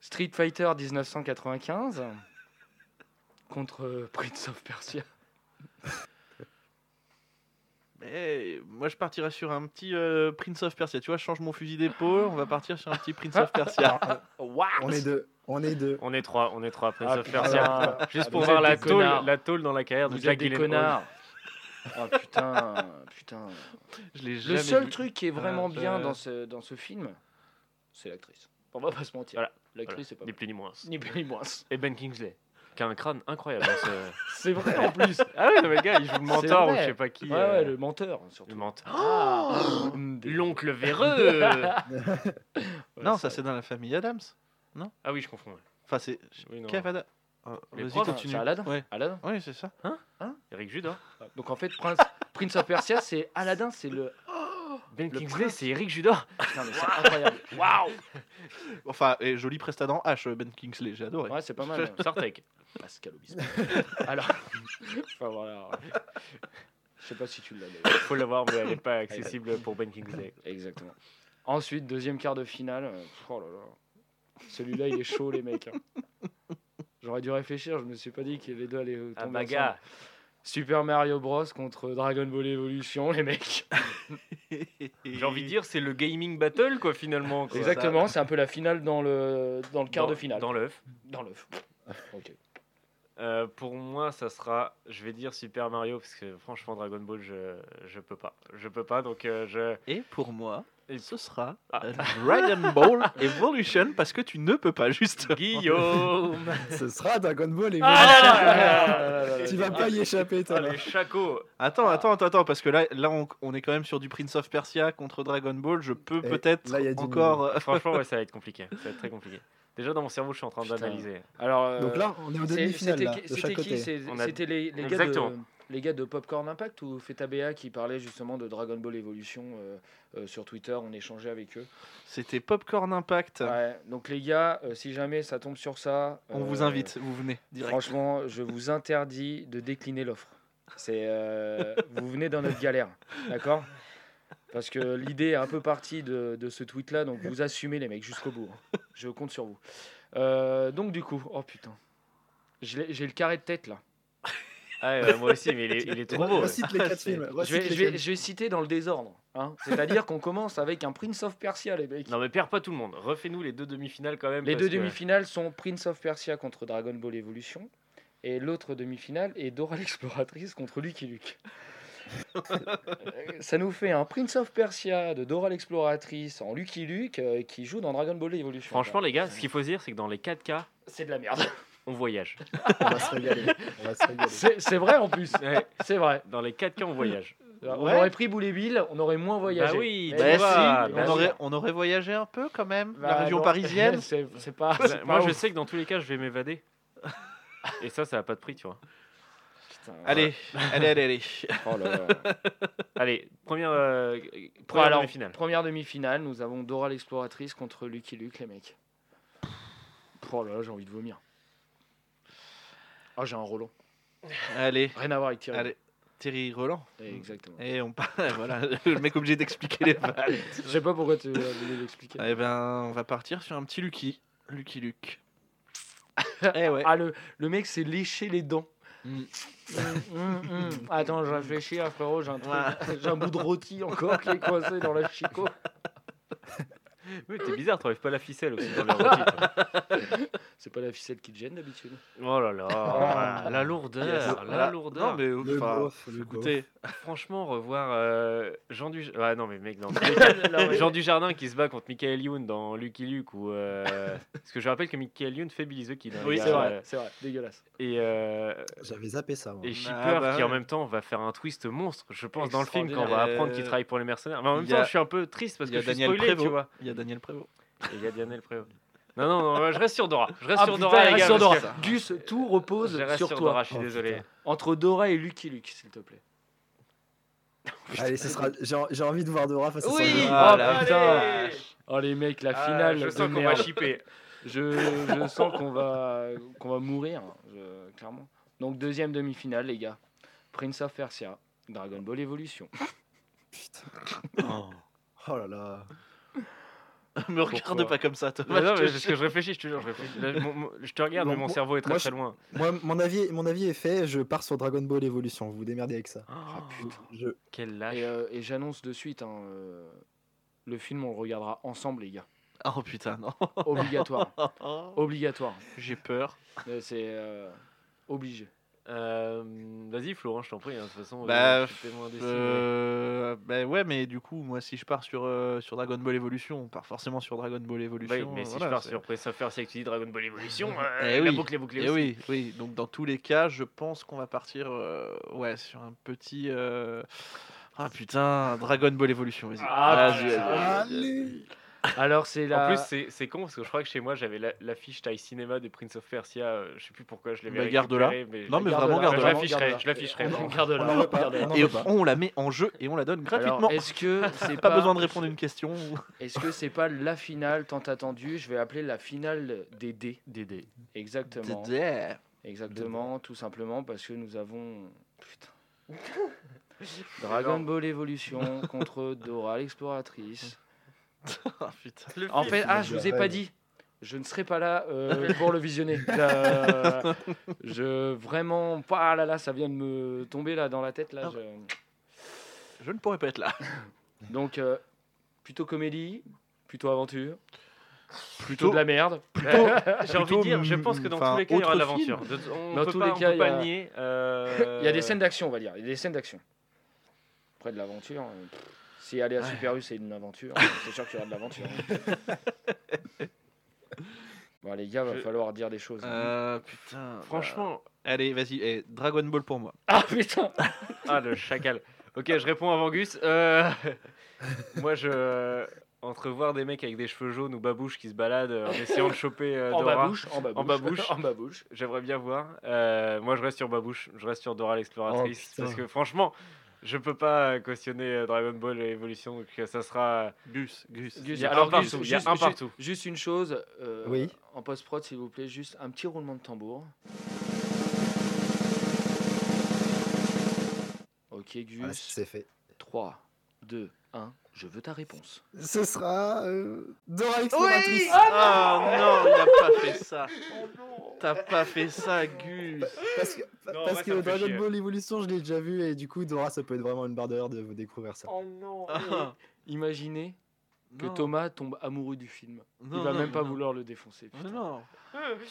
D: Street Fighter 1995 contre euh, Prince of Persia.
B: Eh, moi, je partirais sur un petit euh, Prince of Persia. Tu vois, je change mon fusil d'épaule. On va partir sur un petit Prince of Persia.
D: What
A: On est deux. On est deux.
C: On est trois, on est trois, Prince
D: Ah,
C: of
D: putain.
C: Persia. Juste pour
D: Vous
C: voir
D: êtes
C: la
D: des connards.
C: tôle, la tôle dans la carrière de
D: Vous êtes
C: Jack
D: des
C: Gyllenhaal.
D: connards. Oh putain, putain.
B: Je l'ai
D: Le
B: jamais
D: seul
B: vu.
D: truc qui est vraiment
B: Ah, je-
D: bien dans ce, dans ce film, c'est l'actrice. On va pas se mentir.
C: Voilà.
D: L'actrice, c'est pas
C: Ni plus ni moins.
D: mal. Ni plus ni moins.
C: Et Ben Kingsley. qui a un crâne incroyable. hein, ce-
D: C'est vrai en plus.
C: Ah ouais, non, mais le gars, il joue le mentor ou je
D: vrai.
C: sais pas qui.
D: Ouais,
C: euh,
D: ouais, le menteur hein,
C: le
D: surtout.
C: mentor.
D: Ah,
C: L'oncle véreux
B: non, ça c'est dans la famille Adams.
C: Ah oui, je confonds. ouais.
B: Enfin, c'est.
C: Oui, non.
B: Kev Adams. Euh,
C: Les
B: Vas-y,
C: profs,
B: continue.
D: c'est Aladdin
B: Ouais.
D: Aladdin.
B: Oui, c'est ça.
C: Eric Judor.
D: Donc en fait, Prince, Prince of Persia, c'est Aladdin, c'est le.
C: Ben
D: Le
C: Kingsley,
D: prince.
C: c'est Eric Judor.
D: Putain, mais c'est incroyable.
C: Waouh
B: Enfin, et joli prestadent H, Ben Kingsley, j'ai adoré.
D: Ouais, c'est pas mal. hein.
C: Sortec.
D: Pascal Obispo. Alors. Enfin voilà. Je sais pas si tu l'as. mais-
C: Faut l'avoir, mais elle n'est pas accessible pour Ben Kingsley.
D: Exactement. Ensuite, deuxième quart de finale. euh, pff, Oh là là. Celui-là, il est chaud, les mecs. hein. J'aurais dû réfléchir, je me suis pas dit que les deux allaient euh, tomber
C: Ah,
D: ensemble.
C: baga.
D: Super Mario Bros contre Dragon Ball Evolution, les mecs.
C: J'ai envie de dire, c'est le gaming battle, quoi, finalement. quoi.
D: Exactement, c'est un peu la finale dans le, dans le quart
C: Dans-
D: de finale.
C: Dans l'œuf.
D: Dans l'œuf. Ok.
C: Euh, pour moi, ça sera, je vais dire Super Mario, parce que franchement, Dragon Ball, je, je peux pas. Je peux pas, donc euh, je.
B: Et pour moi,
C: Et-
B: ce sera
C: Ah.
B: euh, Dragon Ball Evolution parce que tu ne peux pas, juste.
C: Guillaume
A: Ce sera Dragon Ball et
C: Ah là là là là
A: Tu vas pas y échapper, toi. là.
C: Allez, Chaco
B: Attends, attends, attends, attends, parce que là, là on, on est quand même sur du Prince of Persia contre Dragon Ball. Je peux
A: Et
B: peut-être
A: là, il y a du
B: encore. euh,
C: Franchement, ouais, ça va être compliqué. Ça va être très compliqué. Déjà, dans mon cerveau, je suis en train
D: Putain.
C: d'analyser.
D: Alors, euh,
A: Donc là, on est en
D: c'est-
A: demi-finale,
D: c'était
A: là,
D: qui-
A: de
D: c'était
A: chaque
D: qui
A: côté.
D: C'est-
C: On a-
D: C'était les, les gars de,
C: Exactement.
D: les gars de Popcorn Impact ou FetaBA qui parlaient justement de Dragon Ball Evolution euh, euh, sur Twitter, on échangeait avec eux.
B: C'était Popcorn Impact.
D: Ouais, donc les gars, euh, si jamais ça tombe sur ça,
B: On
D: euh,
B: vous invite, vous venez direct.
D: Franchement, je vous interdis de décliner l'offre. C'est euh, vous venez dans notre galère, d'accord Parce que l'idée est un peu partie de, de ce tweet-là, donc vous assumez les mecs jusqu'au bout. hein. Je compte sur vous. Euh, donc du coup, oh putain, Je l'ai- j'ai le carré de tête là.
C: Ah, ouais, moi aussi, mais il est, il est trop beau. ouais.
A: Recite les quatre films.
D: Je vais,
A: recite les
D: je vais-
A: quatre.
D: je vais citer dans le désordre. hein. C'est-à-dire qu'on commence avec un Prince of Persia, les mecs.
C: Non, mais perds pas tout le monde. Refais-nous les deux demi-finales quand même.
D: Les
C: parce
D: deux
C: que-
D: demi-finales sont Prince of Persia contre Dragon Ball Evolution. Et l'autre demi-finale est Dora l'exploratrice contre Lucky Luke. Ça nous fait un Prince of Persia de Dora l'exploratrice en Lucky Luke euh, qui joue dans Dragon Ball Evolution.
C: Franchement, les gars, ce qu'il faut se dire, c'est que dans les 4 cas,
D: c'est de la merde.
C: on voyage.
A: On va se régaler. On va se régaler.
D: C'est c'est vrai en plus.
C: Ouais,
D: C'est vrai.
C: dans les 4 cas, on voyage.
D: On
B: Ouais.
D: aurait pris Boulet Bill, on aurait moins voyagé.
C: Bah oui,
D: Mais
C: tu
B: Bah
D: non.
C: vois,
B: si,
D: bah
B: on,
D: oui.
B: aurait, on aurait voyagé un peu quand même. la
D: Bah
B: région
D: non.
B: parisienne.
D: c'est c'est pas.
C: Bah,
D: c'est
C: moi,
D: pas
C: je
D: ouf.
C: sais que dans tous les cas, je vais m'évader. Et ça, ça a pas de prix, tu vois.
D: Putain,
B: Allez, allez, allez, allez.
D: oh là là.
C: Allez, première, euh, première
D: Alors,
C: demi-finale.
D: Première demi-finale, nous avons Dora l'exploratrice contre Lucky Luke, les mecs. Oh là là, j'ai envie de vomir. Ah, j'ai un Roland.
B: Allez,
D: Rien à voir avec Thierry.
B: allez. Thierry Roland.
D: Eh, Exactement.
B: Et on part. voilà, le mec obligé d'expliquer les vannes.
D: Je sais pas pourquoi tu as voulu l'expliquer.
B: Eh ben, on va partir sur un petit Lucky. Lucky Luke. eh ouais.
D: Ah, le, le mec s'est léché les dents.
B: Mm.
D: Mm, mm, mm. Attends, je réfléchis, ah, frérot, j'ai un, truc- j'ai un bout de rôti encore qui est coincé dans la chicot.
C: Oui, t'es bizarre, t'enlèves pas la ficelle aussi dans les rôtis, toi.
D: C'est pas la ficelle qui te gêne d'habitude.
C: Oh là là, Oh, la lourdeur, Ah, la
B: Ah, Voilà.
C: lourdeur.
B: Non, mais
A: Le
B: enfin,
A: beauf, le beauf.
B: écoutez,
C: Franchement, revoir euh, Jean du Ah non, mais mec, dans tous les cas,
D: Non, mais-
C: Jean Dujardin qui se bat contre Michael Youn dans Lucky Luke ou euh, parce que je rappelle que Michael Youn fait Billy the Kid. hein,
B: Oui,
C: les gars,
D: c'est vrai,
C: euh,
D: c'est vrai, dégueulasse.
C: Et euh,
A: J'avais zappé ça. hein. moi.
C: et Shipper
B: bah
C: qui en
B: ouais.
C: même temps va faire un twist monstre, je pense dans le film quand on va
B: Extraordinaire.
C: apprendre qu'il travaille pour les mercenaires. Mais en même
B: Il y a-
C: temps, je suis un peu triste parce
B: il y a
C: que je suis
B: Daniel
C: spoilé,
B: Prévost.
C: tu vois.
B: il y a Daniel Prévost.
C: Et il y a Daniel Prévost. Non, non, non, ouais, je reste sur Dora. Je reste
D: Ah,
C: sur
D: putain,
C: Dora,
D: reste
C: les gars.
D: sur
C: parce
D: Dora.
C: que-
D: Gus, tout repose
C: Je reste
D: sur
C: sur,
D: toi.
C: Dora, je suis
A: Oh,
C: désolé.
A: putain.
D: Entre Dora et Lucky Luke, s'il te plaît.
A: Allez, ce sera. J'ai j'ai envie de voir Dora face à
D: Oui.
A: Sandra.
B: Ah,
D: Oh,
B: la
D: putain. Oh les mecs, la
C: Ah,
D: finale.
C: je
D: de
C: sens qu'on va
D: merde.
C: shipper.
D: Je, je sens qu'on va qu'on va mourir, hein, je- clairement. Donc deuxième demi-finale, les gars. Prince of Persia, Dragon Ball Evolution.
A: Oh là là.
B: Me regarde
C: Pourquoi
B: pas comme ça, Thomas.
C: Non, non,
B: je te
C: mais parce que je réfléchis, je te jure. Je, réfléchis. Là, mon- mon- je te regarde,
A: Bon,
C: mais mon
A: moi-
C: cerveau est très
A: moi,
C: très
A: je-
C: loin.
A: Moi, mon avis, mon avis est fait. Je pars sur Dragon Ball Evolution. Vous vous démerdez avec ça.
C: Ah, putain,
A: Je,
C: quel lâche.
D: Oh, Et, euh, et j'annonce de suite, hein, euh, le film on le regardera ensemble, les gars.
B: Oh putain, non.
D: Obligatoire,
B: Oh, oh,
D: obligatoire.
B: J'ai peur.
D: Euh, C'est euh, obligé.
C: Euh, Vas-y, Florent, je t'en prie. hein, de toute façon,
B: Bah,
C: euh, je suis témoin des signes.
B: Euh, ben ouais, mais du coup, moi, si je pars sur, euh, sur Dragon Ball Evolution, on part forcément sur Dragon Ball Evolution.
C: Oui, Bah, mais si
B: voilà,
C: je pars
B: c'est-
C: sur Prince of Persia et que tu dis Dragon Ball Evolution, euh,
B: Eh
C: la
B: oui.
C: boucle est bouclée
B: Eh
C: aussi.
B: oui, oui. Donc dans tous les cas, je pense qu'on va partir, euh, ouais, sur un petit. euh, Ah putain, Dragon Ball Evolution. Vas-y.
C: Ah,
B: Vas-y,
C: putain.
B: vas-y, vas-y, vas-y.
A: Allez
D: Alors, c'est
C: En
D: la.
C: plus, c'est- c'est con parce que je crois que chez moi, j'avais la- l'affiche taille cinéma de Prince of Persia. euh, je sais plus pourquoi je l'avais
B: Bah, garde-la.
C: récupérée, mais
B: Non, mais vraiment,
C: je
B: garde-la.
C: l'afficherai. Je l'afficherai.
A: On-
D: Garde
A: On n'en veut pas. on n'en
B: Et
A: veut pas.
B: on la met en jeu et on la donne gratuitement.
D: Est-ce que c'est
B: Pas besoin de répondre à une question.
D: Est-ce que c'est pas la finale tant attendue Je vais appeler la finale des dés.
B: Dédé.
D: Exactement.
B: Dédé.
D: Exactement, tout simplement parce que nous avons. Putain. Dragon Ball Evolution contre Dora l'exploratrice.
B: Ah putain.
C: Le
D: En
C: film.
D: fait, ah, je vous ai pas dit. Je ne serai pas là euh, pour le visionner. Euh, je vraiment, ah là là, ça vient de me tomber là dans la tête là. je-
B: Oh, Je ne pourrais pas être là.
D: Donc, euh, plutôt comédie, plutôt aventure, plutôt
B: Plutôt.
D: de la merde.
C: J'ai envie de
B: plutôt,
C: dire, je pense que dans
B: enfin,
C: tous les cas, il y aura de
B: autre film.
C: l'aventure. De- On
D: Dans
C: peut
D: tous
C: pas-
D: les
C: on
D: cas,
C: peut
D: il y
C: pas
D: a-
C: nier, euh,
D: Il y a des scènes d'action, on va dire. Il y a des scènes d'action. Après de l'aventure. euh, pff, Si aller à Super U, c'est une aventure. euh, C'est sûr qu'il y aura de l'aventure. hein. bon, les gars, va
C: Je-
D: falloir dire des choses. hein.
B: Euh, putain. bah,
C: Franchement,
B: Allez, vas-y. eh, Dragon Ball pour moi.
D: Ah putain
C: ah le chacal. Ok, je réponds avant Gus. Euh, Moi, je entre voir des mecs avec des cheveux jaunes ou babouche qui se baladent euh, en essayant de choper euh,
D: En
C: Dora,
D: babouche, en babouche.
C: En babouche.
D: en babouche.
C: j'aimerais bien voir. Euh, moi, je reste sur babouche. Je reste sur Dora l'exploratrice
A: Oh, putain.
C: parce que franchement, je peux pas cautionner euh, Dragon Ball Evolution. Donc euh, ça sera.
B: Gus, Gus.
C: Il y a un partout, il y a un partout.
D: Juste, une chose. euh,
A: Oui.
D: En post-prod, s'il vous plaît, juste un petit roulement de tambour. Ok, Gus.
A: Ah, c'est fait.
D: 3, 2, 1. Je veux ta réponse.
A: Ce sera euh, Dora l'exploratrice.
B: Ah non, il a pas fait ça.
D: Oh
B: T'as pas fait ça, Gus.
A: Parce que,
C: Non,
A: parce
C: moi, ça
A: que
C: me fait
A: Dragon
C: chier.
A: Ball Evolution, je l'ai déjà vu et du coup, Dora, ça peut être vraiment une barre d'heure de vous découvrir ça.
C: Oh non.
B: Ah,
D: Imaginez que
B: non,
D: Thomas tombe amoureux du film.
B: non,
D: il va
B: non,
D: même pas
B: non.
D: vouloir le défoncer.
B: Mais
D: putain.
B: Non.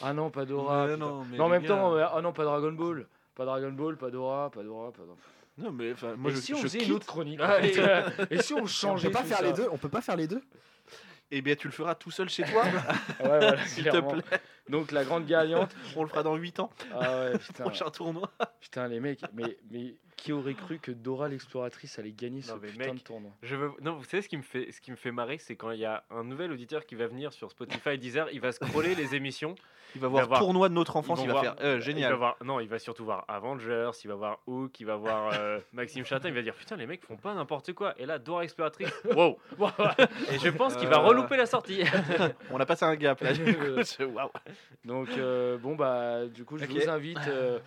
D: Ah non, pas Dora.
B: Mais
D: putain.
B: non, mais
D: Mais en
B: les
D: même temps,
B: gars.
D: euh, ah non, pas Dragon Ball. Pas Dragon Ball, pas Dora, pas Dora, pas Dora.
B: Non, mais enfin, moi
D: et
B: je,
D: si on
B: je
D: faisait
B: quitte. Ah,
D: une autre chronique en fait, euh, Et si on
A: On
D: changeait
A: peut pas
D: tout
A: faire
D: ça
A: les deux. On peut pas faire les deux.
B: Eh bien, tu le feras tout seul chez toi,
D: Ah ouais, voilà,
B: s'il te
D: clairement.
B: plaît.
D: Donc la grande gagnante.
B: On le fera dans 8 ans,
D: Ah ouais, putain.
B: prochain tournoi.
D: Putain, les mecs, mais, mais qui aurait cru que Dora l'exploratrice allait gagner ce
C: Non, mais
D: putain
C: mec,
D: de tournoi
C: Je veux... Non, vous savez ce qui me fait, ce qui me fait marrer, c'est quand il y a un nouvel auditeur qui va venir sur Spotify, Deezer, il va scroller les émissions.
B: Il va voir
C: voir-
B: tournoi de notre enfance,
C: vont
B: il va
C: voir-
B: faire euh,
C: Il va
B: génial.
C: voir... Non, il va surtout voir Avengers, il va voir Hook, il va voir euh, Maxime Chatin, il va dire putain, les mecs font pas n'importe quoi. Et là, Dora Exploratrice, wow Et je pense qu'il va
B: Euh.
C: relouper la sortie.
B: On a passé un gap là. du coup, c'est- waouh.
D: Donc euh, bon bah du coup je
B: Ok.
D: vous invite euh,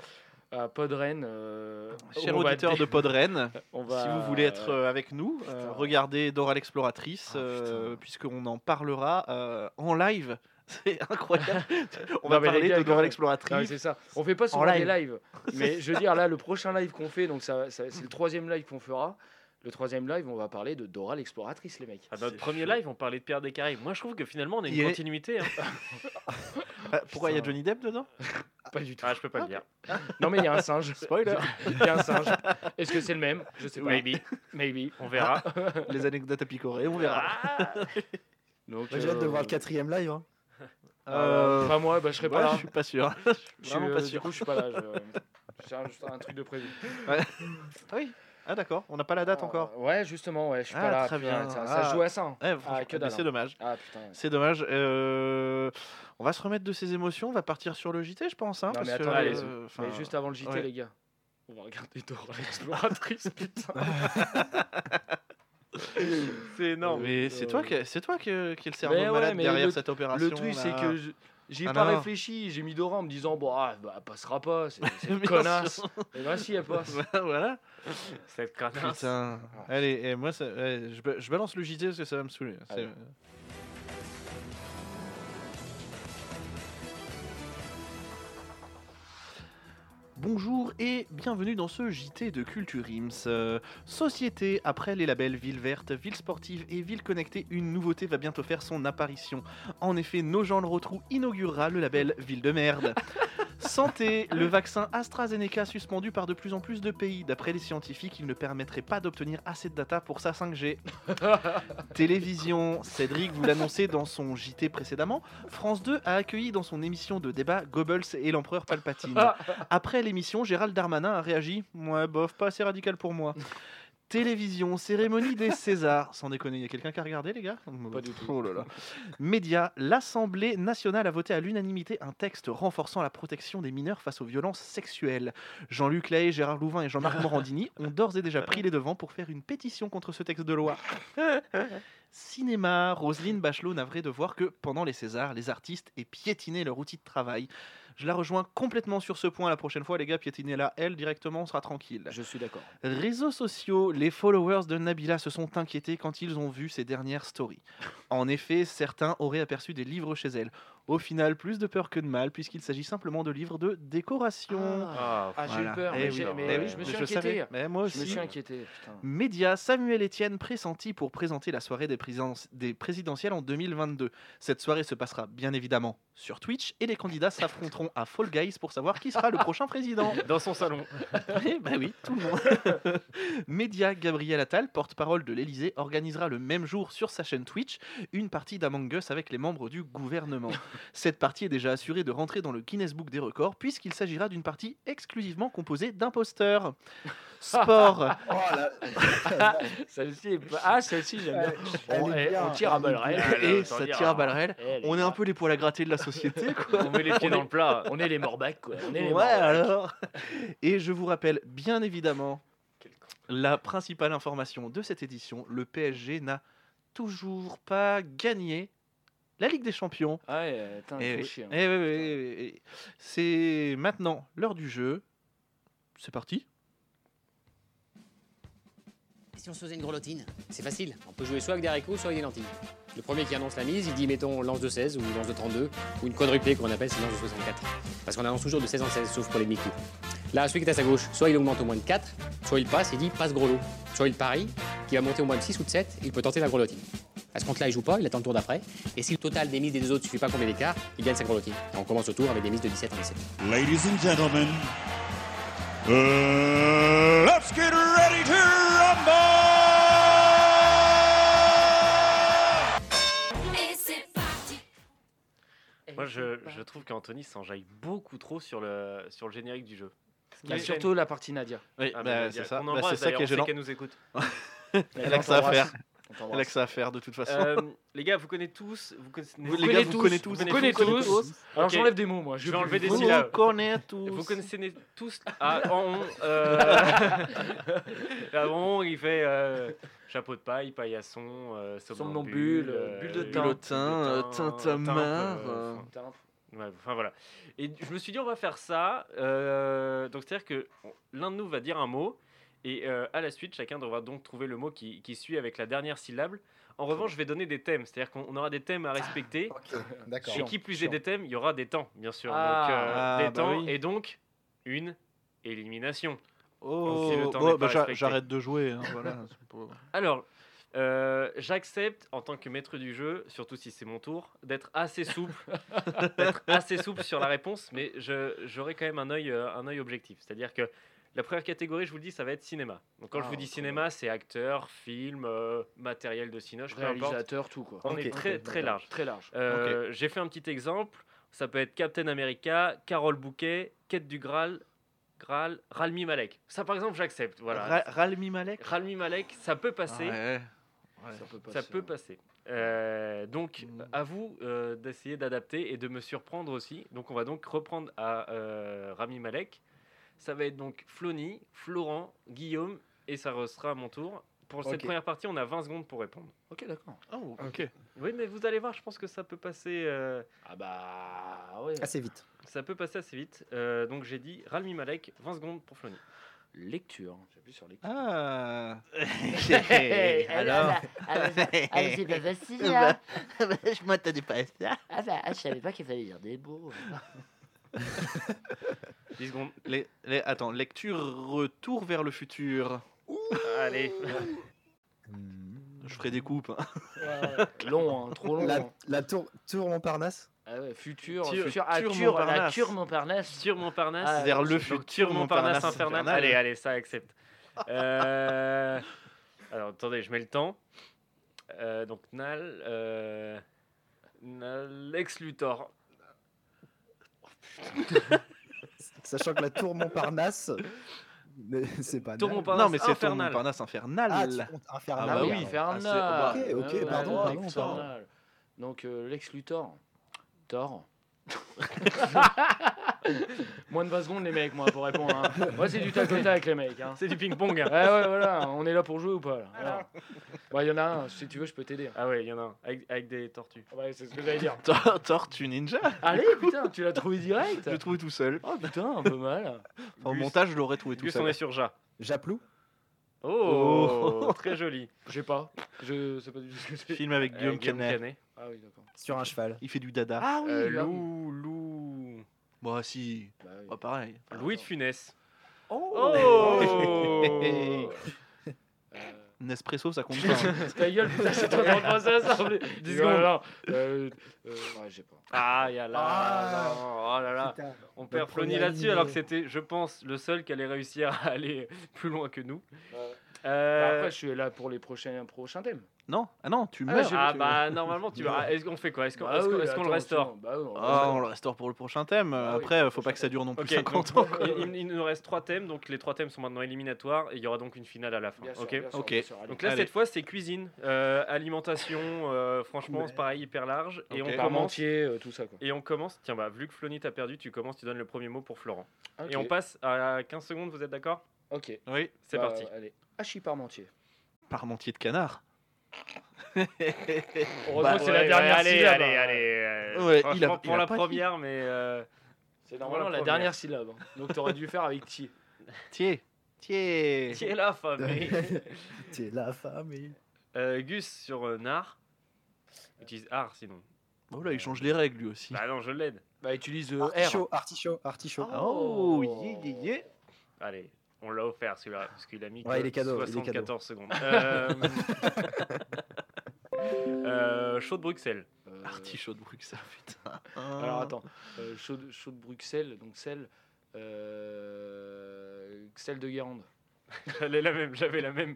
D: à Podren. euh,
B: Cher
D: on va
B: auditeur
D: dé-
B: de Podren,
D: on
B: si vous voulez être euh, avec nous, euh,
D: putain.
B: regardez Dora l'exploratrice,
D: Ah,
B: euh,
D: putain.
B: puisqu'on en parlera euh, en live. C'est incroyable. On
D: Non,
B: va
D: mais les
B: parler
D: gars,
B: de Dora
D: quand même. Ah oui,
B: l'exploratrice.
D: c'est ça. On fait pas souvent
B: En
D: des lives, mais je veux dire là le prochain live qu'on fait, donc ça, ça- c'est le troisième live qu'on fera. Le troisième live, on va parler de Dora l'exploratrice, les mecs.
C: À notre
B: C'est
C: premier
B: chaud.
C: live, on parlait de Pierre des Caraïbes. Moi, je trouve que finalement, on a une
B: Il est-
C: continuité. hein.
B: Ah, Pourquoi il y a
D: Putain.
B: Johnny Depp dedans
D: Pas du tout.
C: Ah, je peux pas le dire.
D: Non mais il y a un singe.
B: Spoiler.
D: Il y a un singe. Est-ce que c'est le même Je sais pas.
C: Maybe,
D: Maybe.
C: on verra.
B: Les anecdotes à picorer, on verra.
D: Donc,
A: Moi, J'ai hâte de
D: euh,
A: voir le quatrième live. hein.
D: euh, Pas moi, bah, je serai pas
B: ouais,
D: là.
B: Je suis pas sûr. Je
D: Je
B: suis
D: suis,
B: vraiment
D: euh,
B: pas
D: Du
B: sûr.
D: coup, je suis pas là. je- J'ai un, juste un truc de prévu.
B: Ah oui. Ah d'accord. On n'a pas la date encore.
D: Euh, Ouais, justement, ouais, je suis
B: Ah,
D: pas là.
B: très
D: putain,
B: bien.
D: Ça, ça
B: Ah.
D: joue à ça. hein.
B: Eh, franchement,
D: que
B: mais
D: dalle, hein.
B: c'est dommage.
D: Ah putain.
B: C'est dommage. Euh, on va se remettre de ses émotions. On va partir sur le JT, je pense. Hein,
D: Non,
B: parce
D: mais
B: que,
D: attendez,
B: euh, enfin,
D: Mais juste avant le JT,
B: ouais.
D: les gars. On va regarder Dora l'exploratrice, putain.
C: C'est énorme.
B: Mais c'est toi, qui, c'est toi que- qui est le cerveau
D: Euh, Mais ouais,
B: malade
D: mais
B: derrière
D: le-
B: cette opération.
D: Le truc, c'est
B: là.
D: que je- j'ai
B: Ah
D: pas
B: non.
D: réfléchi. J'ai mis Dora en me disant, bon, ah, bah, elle passera pas. C'est c'est une
B: Bien
D: connasse.
B: sûr.
D: Et bah, si, elle passe.
B: voilà.
C: Cette connasse.
B: Putain. Allez, eh, moi, ça- eh, je, ba- je balance le JT parce que ça va me saouler. C'est- euh.
D: Allez.
B: Bonjour et bienvenue dans ce JT de Culture Ims. Euh, société, après les labels Ville Verte, Ville Sportive et Ville Connectée, une nouveauté va bientôt faire son apparition. En effet, Nos gens le retrou inaugurera le label Ville de Merde. santé, le vaccin AstraZeneca suspendu par de plus en plus de pays. D'après les scientifiques, il ne permettrait pas d'obtenir assez de data pour sa 5G. Télévision, Cédric vous l'annonçait dans son JT précédemment, France 2 a accueilli dans son émission de débat Goebbels et l'empereur Palpatine. Après l'émission, Gérald Darmanin a réagi Ouais, bof, pas assez radical pour moi. Télévision, cérémonie des Césars. Sans déconner, il y a quelqu'un qui a regardé, les gars
D: Pas du tout.
B: Oh là là. Médias, l'Assemblée nationale a voté à l'unanimité un texte renforçant la protection des mineurs face aux violences sexuelles. Jean-Luc Lahaye, Gérard Louvain et Jean-Marc Morandini ont d'ores et déjà pris les devants pour faire une pétition contre ce texte de loi. Cinéma, Roselyne Bachelot navrée de voir que, pendant les Césars, les artistes aient piétiné leur outil de travail. Je la rejoins complètement sur ce point la prochaine fois, les gars, piétinez-la, elle, directement, on sera tranquille.
D: Je suis d'accord.
B: Réseaux sociaux, les followers de Nabila se sont inquiétés quand ils ont vu ses dernières stories. En effet, certains auraient aperçu des livres chez elle. Au final, plus de peur que de mal, puisqu'il s'agit simplement de livres de décoration.
D: Ah,
C: Ah,
D: j'ai eu peur,
B: Eh
D: mais,
B: oui,
D: j'ai-
C: non,
D: mais
B: eh
C: oui,
D: je me
B: mais
D: suis
B: savais.
D: inquiété.
B: Mais moi
D: Je me
B: aussi.
D: suis inquiété, putain.
B: Média, Samuel Etienne pressenti pour présenter la soirée des, présiden- des présidentielles en 2022. Cette soirée se passera bien évidemment sur Twitch et les candidats s'affronteront à Fall Guys pour savoir qui sera le prochain président.
C: Dans son salon.
B: Eh ben oui, tout le monde. Média Gabriel Attal, porte-parole de l'Elysée, organisera le même jour sur sa chaîne Twitch une partie d'Among Us avec les membres du gouvernement. Cette partie est déjà assurée de rentrer dans le Guinness Book des records puisqu'il s'agira d'une partie exclusivement composée d'imposteurs. Sport,
A: Oh là,
D: Celle-ci, est pas- ah, celle-ci, j'aime bien.
A: elle
D: On,
A: est
D: eh,
A: bien,
D: on tire à balles réelles.
C: Ah, là,
B: et
C: autant
B: ça
C: dire,
B: tire à
C: alors,
B: balles réelles.
D: Eh, les
B: On est
D: gars,
B: un peu les poils à gratter de la société, quoi.
C: On met les pieds
D: On
C: dans
D: est-
C: le plat.
D: On est les morbacs, quoi.
C: Eh
D: On est les
C: ben,
B: Ouais,
D: morbacs.
B: alors. Et je vous rappelle, bien évidemment, la principale information de cette édition le PSG n'a toujours pas gagné la Ligue des Champions.
D: Ah ouais, putain,
B: Eh
D: il faut
B: oui.
D: chier. hein.
B: Eh oui, oui, oui, oui, oui. C'est maintenant l'heure du jeu. C'est parti.
F: Et Si on se faisait une grelottine, c'est facile. On peut jouer soit avec des haricots, soit avec des lentilles. Le premier qui annonce la mise, il dit mettons lance de 16 ou lance de 32 ou une quadruplée qu'on appelle c'est lance de 64. Parce qu'on annonce toujours de 16 en 16 sauf pour les demi-coups. Là, celui qui est à sa gauche, soit il augmente au moins de 4, soit il passe, il dit passe gros lot. Soit il parie, qui va monter au moins de 6 ou de 7, il peut tenter la grelottine. À ce compte-là, il joue pas, il attend le tour d'après. Et si le total des mises des deux autres ne suffit pas combien d'écart, il gagne sa grelottine. Et on commence au tour avec des mises de 17 en 17.
G: Ladies and gentlemen, uh, let's get ready to rumble!
H: Et c'est parti
C: Moi, je, je trouve qu'Anthony s'enjaille beaucoup trop sur le, sur le générique du jeu. Ce qui
D: Bah,
C: me gêne.
D: surtout la partie Nadia.
B: Oui,
C: Ah, mais
B: bah,
C: Nadia,
B: c'est ça.
C: On
B: Bah,
C: embrasse
B: c'est ça qui est gênant.
C: d'ailleurs, on sait qu'elle nous écoute.
B: Elle a que ça à faire.
D: On
B: Elle a
D: t'embrasse.
B: que Bah, ça à faire de toute façon.
C: Euh, les gars, vous connaissez tous. Vous connaissez,
B: Vous- les gars, vous connaissez tous.
C: Vous
D: Vous connaissez tous. Alors
C: Ok.
D: j'enlève des mots, moi.
C: Je vais enlever des
B: Vous
C: syllabes. là-
B: connaissez tous.
C: Vous connaissez tous. Ah, en on. Euh... là, on, il fait euh, chapeau de paille, paillasson, euh, somnambule,
D: Somnambule,
C: euh,
D: bulle de
C: bulle
D: thym,
C: de
B: euh, tintamarre,
C: timbre, euh,
B: euh,
C: enfin, ouais, enfin voilà. Et je me suis dit, on va faire ça. euh, donc c'est-à-dire que l'un de nous va dire un mot. Et euh, à la suite, chacun devra donc trouver le mot qui, qui suit avec la dernière syllabe. En revanche, je vais donner des thèmes. C'est-à-dire qu'on on aura des thèmes à respecter.
A: ok, d'accord.
C: Et qui plus est
D: Chiant.
C: des thèmes, il y aura des temps, bien sûr.
D: Ah,
C: donc, euh,
B: ah,
C: des
B: bah
C: temps,
B: oui.
C: et donc une élimination.
B: Oh,
C: Si le temps
B: bon,
C: n'est pas
B: bah, j'a-
C: respecté.
B: j'arrête de jouer. hein, voilà. C'est pas-
C: Alors, euh, j'accepte, en tant que maître du jeu, surtout si c'est mon tour, d'être assez souple, d'être assez souple sur la réponse, mais je- j'aurai quand même un œil, euh, un œil objectif. C'est-à-dire que la première catégorie, je vous le dis, ça va être cinéma. Donc quand
D: Ah,
C: je vous dis
D: ok.
C: cinéma, c'est acteur, film, euh, matériel de cinoche, peu importe.
D: Réalisateur, tout quoi.
C: On
A: Ok.
C: est très très large.
D: Très large.
C: Euh, J'ai fait un petit exemple. Ça peut être Captain America, Carole Bouquet, Quête du Graal, Graal, Ralmi Malek. Ça, par exemple, j'accepte. Voilà.
B: Ra- Ralmi Malek.
C: Ralmi Malek, ça peut passer.
B: Ouais. Ouais.
D: peut
C: Ça peut passer. Euh, donc,
B: Mm.
C: à vous euh, d'essayer d'adapter et de me surprendre aussi. Donc, on va donc reprendre à euh, Rami Malek. Ça va être donc Flony, Florent, Guillaume, et ça restera à mon tour. Pour cette
A: Ok.
C: première partie, on a 20 secondes pour répondre.
D: Ok, d'accord.
B: Oh, ok.
C: Oui, mais vous allez voir, je pense que ça peut passer. euh,
D: Ah bah ouais.
A: Assez vite.
C: Ça peut passer assez vite. Euh, donc j'ai dit Ralmi Malek, 20 secondes pour Flony.
D: Lecture. J'appuie sur lecture.
B: Ah. Eh,
I: Eh, Alors Ah, mais c'est pas facile, hein
B: je m'attendais pas à ça.
I: Ah, bah, ah, je savais pas qu'il fallait lire des mots.
C: 10 secondes.
B: Les, les- attends, Oh. lecture retour vers le futur.
C: Allez.
B: Je ferai des coupes. hein.
D: long, hein, trop long.
A: La,
D: hein.
A: la tour, tour Montparnasse
D: Ah ouais, futur,
B: Tur-
D: futur, ah,
B: Tur
D: Tur, la
B: Montparnasse.
D: Tur Montparnasse.
C: Sur Montparnasse.
D: Ah,
B: Vers le
C: Donc,
B: futur
C: Sur Montparnasse
B: Montparnasse
C: infernal.
B: infernal.
C: Allez, allez, ça accepte. Euh, Alors, attendez, je mets le temps. Euh, donc, Nal. Euh... Nal. Ex Luthor.
A: Sachant que la tour Montparnasse, mais c'est pas.
C: Tour
A: dingue.
C: Montparnasse
B: non, mais c'est ton
C: infernal.
B: Montparnasse infernal.
A: Ah, tu comptes infernal.
B: Ah bah oui,
A: pardon.
D: Infernal.
B: Ah,
A: c'est- ok, ok,
D: Ouais,
A: pardon,
D: ouais,
A: pardon,
D: Lex
A: pardon.
D: Luthor. bah Donc euh, Lex Luthor. Thor. Moins de 20 secondes, les mecs, moi, pour répondre. hein. Moi, c'est du tac au tac, les mecs. hein.
C: C'est du ping-pong. hein.
D: Ouais, ouais, voilà, on est là pour jouer ou pas là Voilà. Bon, il y en a un, si tu veux, je peux t'aider.
C: Ah, ouais, il y en a un. Avec, avec des tortues.
D: Ouais, Ah bah, c'est ce que j'allais dire.
B: Tor- Tortue Ninja
D: Allez, putain, tu l'as trouvé direct
B: Je l'ai trouvé tout seul.
D: Oh putain, un peu mal.
B: En
C: Gus-
B: montage, je l'aurais trouvé tout
C: Gus, on est
B: seul.
C: sur Ja.
A: Japlou
C: Oh, Très joli.
D: Je sais pas. Je sais pas du tout ce que c'est.
B: Film avec
C: Euh,
B: Guillaume Canet.
C: Canet.
D: Ah oui, d'accord.
A: sur un cheval.
B: Il fait du dada.
D: Ah oui,
C: Euh,
D: là-
C: Lou. Lou.
B: Bon, ah, si.
D: Bah oui.
B: Bah, pareil.
C: Louis de Funès.
B: Oh.
C: Oh
D: Euh,
B: Nespresso, ça compte pas. hein.
D: Ta gueule, putain, c'est ton temps de penser à ça. mais-
C: 10
D: Non,
C: secondes.
D: non, euh, euh, ouais, je sais pas.
C: Ah, y a là,
A: Ah.
C: non, oh là là.
A: Putain.
C: On
A: Le
C: perd Flony
A: premier
C: là-dessus
A: animé.
C: alors que c'était, je pense, le seul qui allait réussir à aller plus loin que nous.
D: Ouais. Bah,
C: Euh,
D: après, je suis là pour les prochains, prochains thèmes.
B: non, ah non, tu
D: Ah,
B: meurs.
D: j'ai-
C: ah
D: je-
C: bah normalement tu vas. Est-ce qu'on fait quoi Est-ce qu'on
D: Bah
C: est-ce qu'on-
D: oui,
C: est-ce qu'on le
D: attends,
C: restaure
D: sinon- bah oui, on le
B: Ah,
D: restaure.
B: on le restaure pour le prochain thème.
D: Ah oui,
B: Après,
D: le
B: faut
D: prochain
B: pas que ça
D: thème.
B: dure non plus
C: Ok,
B: 50 ans.
C: donc, il, il nous reste trois thèmes, donc les trois thèmes sont maintenant éliminatoires et il y aura donc une finale à la fin.
D: Bien sûr,
C: ok.
D: bien sûr,
B: Ok.
D: bien sûr, allez.
C: Donc là
B: Allez.
C: cette fois c'est cuisine, euh, alimentation, euh, franchement c'est pareil hyper large et
B: Ok.
C: on commence.
D: Parmentier, euh, tout ça quoi.
C: Et on commence. Tiens bah vu que Flony t'a perdu, tu commences, tu donnes le premier mot pour Florent.
D: Ok.
C: Et on passe à 15 secondes. Vous êtes d'accord
D: Ok.
B: Oui,
C: C'est
D: Bah,
C: parti.
D: Allez. Hachi Parmentier.
B: parmentier de canard.
D: Heureusement
B: Bah,
D: que c'est la dernière
C: allez,
D: syllabe.
C: Allez,
D: hein.
C: allez, euh,
B: Ouais, il a-
C: franchement,
B: il
C: pour
B: a
C: la
B: pas dit.
C: première, mais. euh,
D: C'est
C: Pour
D: normalement
C: la
D: la dernière syllabe. hein. Donc t'aurais dû faire avec ti.
B: Tiens, tiens.
C: Qui est la famille
A: T'es la famille.
C: Euh, Gus sur euh, Nar. Utilise art sinon.
B: Oh là, il change les règles lui aussi.
C: Bah non, je l'aide.
D: Bah utilise euh, R.
A: Artichaut, artichaut, artichaut.
B: Oh, yeah, yeah, yeah.
C: Allez, on l'a offert celui-là, parce qu'il a mis
A: Ouais,
C: que
A: il est cadeau, il est
C: 74
A: cadeau.
C: secondes. Euh... euh, chaud de Bruxelles.
D: Euh,
B: Artichaut de Bruxelles, putain.
D: Alors attends, euh, chaud, de, chaud de Bruxelles, donc celle, euh, celle de Guérande.
C: J'avais la même, j'avais la même.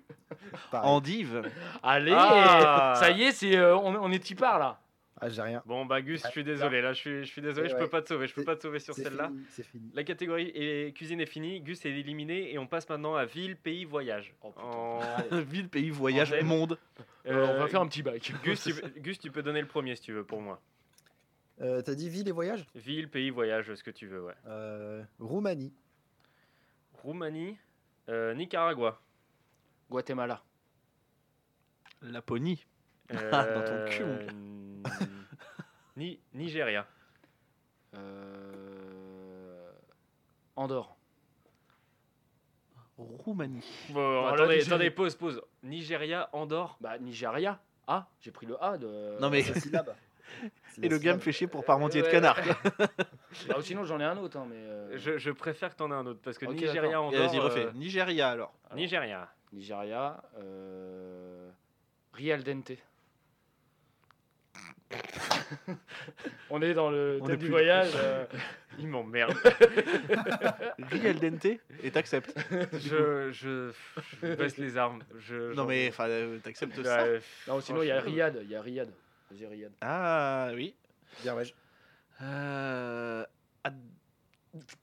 A: Pareil.
B: Endive.
D: Allez,
C: Ah
D: ça y est, c'est euh, on, on est y part là.
A: Ah, j'ai rien.
C: Bon bah Gus, je suis désolé, là je suis, je suis désolé,
A: Et
C: je peux
A: ouais.
C: pas te sauver, je peux
A: C'est-
C: pas te sauver sur
A: C'est
C: celle-là.
A: fini, C'est fini.
C: La catégorie et cuisine est finie, Gus est éliminé et on passe maintenant à ville, pays, voyage.
D: Oh, putain.
C: En-
B: Ville, pays, voyage,
C: Endive.
B: monde.
D: Euh, on
C: Euh,
D: va faire un petit bac.
C: Gus, tu, peux- Gus, tu peux donner le premier si tu veux pour moi.
A: Euh, T'as dit ville et voyage
C: Ville, pays, voyage, ce que tu veux, ouais.
A: Euh, Roumanie.
C: Roumanie, euh, Nicaragua.
D: Guatemala.
B: Laponie.
C: euh,
B: Ah, Dans ton cul, mon
C: Ni Nigeria,
D: Euh, Andorre.
B: Roumanie.
C: Bon,
D: Bon, là,
C: attendez,
D: Nigeria.
C: attendez, pause, pause. Nigeria, Andorre.
D: Bah Nigeria. Ah, j'ai pris le A de.
B: Non mais.
A: C'est la syllabe. C'est la
B: Et le gars me
A: syllabe.
B: fait chier pour parmentier de
D: ouais.
B: canard.
D: Bah, ou sinon j'en ai un autre, hein, mais. euh,
C: Je, je préfère que t'en aies un autre parce que
D: Ok,
C: Nigeria,
D: d'accord.
C: Andorre.
B: Vas-y, refais.
C: euh,
B: Nigeria alors.
C: Nigeria,
D: Nigeria. Euh... Real Dente. on est dans le
B: On
D: thème
B: est
D: du
B: plus-
D: voyage. euh,
C: il m'emmerde.
B: Riel Dente et t'acceptes.
C: je, je, je baisse les armes. Je,
B: Non
C: j'en-
B: mais enfin euh, t'acceptes
C: Bah,
B: ça.
C: euh,
D: Non, sinon il y a
C: franchement,
D: Riyad. Il y a Riyad. Vas-y, Riyad.
B: Ah oui.
A: Bien, ouais, je-
B: Euh, Ad-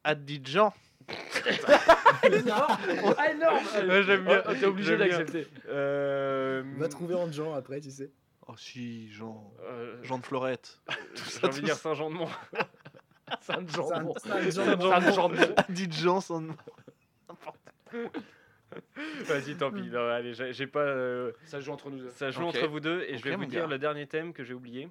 B: Abidjan.
D: Ah, énorme
C: Ouais, j'aime bien.
D: Oh, T'es obligé
C: euh, J'aime bien.
D: d'accepter.
C: euh,
A: On va trouver en gens après, tu sais.
B: Oh si, Jean.
C: euh,
B: Jean de Florette.
C: J'ai envie de dire Saint-Jean-de-Mont.
D: Saint-Jean.
A: C'est un- c'est un genre de-
D: Saint-Jean.
B: Abidjan, son...
C: Vas-y, tant
B: Mm.
C: pis. Non, allez, j'ai j'ai pas. euh,
D: Ça joue entre nous deux.
C: Ça joue
B: Ok.
C: entre vous deux et
B: Ok,
C: je vais vous
B: mon
C: dire
B: gars.
C: le dernier thème que j'ai oublié.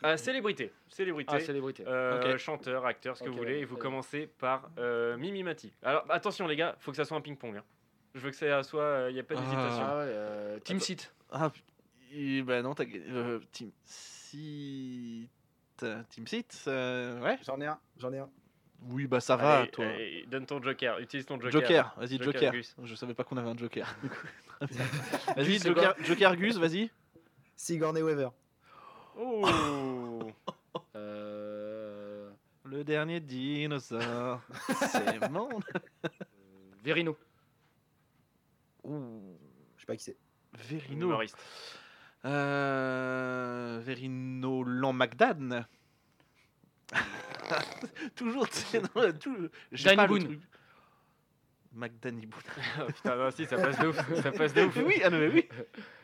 C: Ah, célébrité, célébrité,
D: Ah, célébrité.
C: Euh,
B: Ok.
C: chanteur, acteur, ce que
D: Ok,
C: vous voulez. Et
D: d'accord,
C: vous
D: très bien.
C: commencez par euh, Mimi Mati. Alors attention les gars, faut que ça soit un ping-pong. hein. Je veux que ça soit, il n'y a pas
B: Ah.
C: d'hésitation.
D: Ah ouais, euh, Team
B: Attends.
D: Seat.
B: Ah, pu- et bah non, t'as gagné. Euh, team Seat. euh, Team Seat, euh, ouais.
A: J'en ai un, j'en ai un.
B: Oui, bah ça va,
C: Allez,
B: toi.
C: allez, donne ton joker, utilise ton joker.
B: Joker, vas-y,
C: Joker,
B: Joker.
C: Gus.
B: Je savais pas qu'on avait un Joker. du coup.
D: Gus,
B: vas-y,
D: c'est
B: Joker, Joker Gus, vas-y.
A: Sigourney Weaver.
C: Oh
D: Euh,
B: Le dernier dinosaure. c'est mon.
D: Verino.
A: Je sais pas qui c'est.
B: Verino.
C: Humoriste.
B: Euh, Verino Lamagdan. Toujours, tu sais, non, tout- j'ai
D: Danny
B: pas le
D: Boone.
B: truc. McDanny Boone.
C: Ah, Putain, non, si, ça passe de ouf. Ça passe de ouf.
B: Mais oui, ah non, mais oui.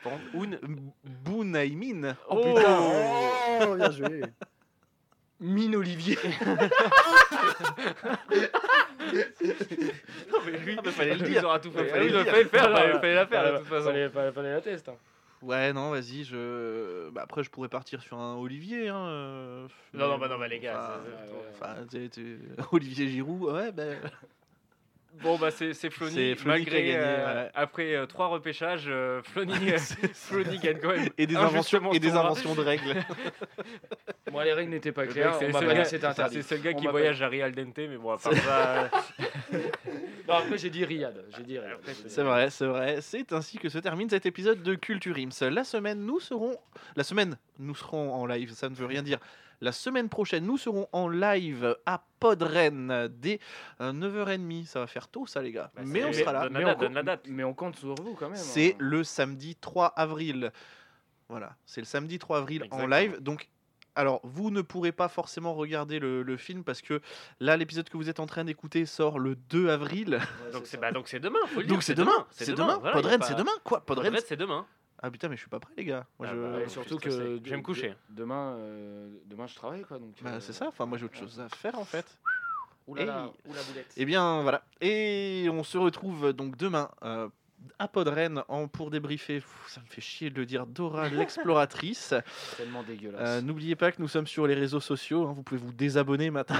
C: Par contre, Oun.
B: Boone Aymin.
C: Oh,
A: Putain, oh, bien joué.
D: Mine Olivier.
C: Non, mais lui, il
B: Ah,
C: fallait
B: bah, le
C: le
B: dire.
C: dire. Il aura tout fait.
B: Ouais,
C: fallait
B: il
C: le
B: fallait
C: faire,
B: le
D: dire.
C: fallait- fallait la faire, de toute façon.
D: Fallait, fallait, fallait la test. hein.
B: Ouais, non, vas-y, je. Bah, après, je pourrais partir sur un Olivier. Hein, euh,
C: Non, non,
B: mais
C: bah, non, bah, les gars,
B: enfin,
C: ça, ça,
D: ouais, ouais.
B: Enfin, t'es- t'es- Olivier Giroud, ouais, ben.
C: Bon, bah, c'est c'est Flony.
B: C'est Flony
C: Malgré,
B: qui a gagné,
C: euh,
B: ouais.
C: Après euh, trois repêchages, euh, Flony, euh, Flony gagne quand même. Ah,
B: Et des
C: inventions-
B: inventions,
C: et
B: et
C: des
B: des inventions de règles.
D: Moi, les règles n'étaient pas
C: Le mec,
D: claires.
C: c'est
D: On
C: le
D: m'a
C: seul
D: pas
C: gars-
D: dit c'était
C: c'est-
D: interdit.
C: C'est le gars
D: On
C: qui
D: m'a pas-
C: voyage à Real Dente, mais bon, à part ça. euh,
D: Non, après, j'ai dit Riyad. J'ai dit Riyad.
C: Après,
D: J'ai dit
B: C'est vrai, c'est vrai. C'est ainsi que se termine cet épisode de Culture Ims. La semaine, nous serons. La semaine, nous serons en live, ça ne veut rien dire. La semaine prochaine, nous serons en live à Podren dès euh, 9h30. Ça va faire tôt, ça, les gars.
C: Bah,
B: Mais
C: c'est-
B: on sera là.
C: Donne la
D: Mais
C: date,
D: on-
C: donne la date.
D: Mais on compte sur vous quand même.
B: C'est
D: hein.
B: le samedi 3 avril. Voilà, c'est le samedi 3 avril en
C: Exactement.
B: live. Donc, alors, vous ne pourrez pas forcément regarder le, le film parce que là, l'épisode que vous êtes en train d'écouter sort le 2 avril.
C: Donc c'est bah, donc c'est demain. faut le dire,
B: Donc, c'est demain. C'est demain.
C: voilà, y a
B: Podren,
C: pas-
B: c'est demain. Quoi Podren,
C: Podren, c'est demain. hein.
B: Ah putain, mais je suis pas prêt, les gars. Moi,
C: Ah
B: je...
C: bah,
D: Ouais,
C: je suis
D: surtout que
C: stressé. Je
D: de-
C: vais me coucher.
D: de- Demain, euh, demain, je travaille quoi. Donc.
B: Bah,
D: euh,
B: c'est ça. Enfin, moi, j'ai autre chose à faire en fait.
D: Ouh là là,
B: Hey.
D: ouh la boulette.
B: Eh bien, voilà. Et on se retrouve donc demain euh, à Podren en pour débriefer. Pff, ça me fait chier de le dire. Dora l'exploratrice.
D: Tellement dégueulasse.
B: Euh, N'oubliez pas que nous sommes sur les réseaux sociaux. hein, vous pouvez vous désabonner maintenant.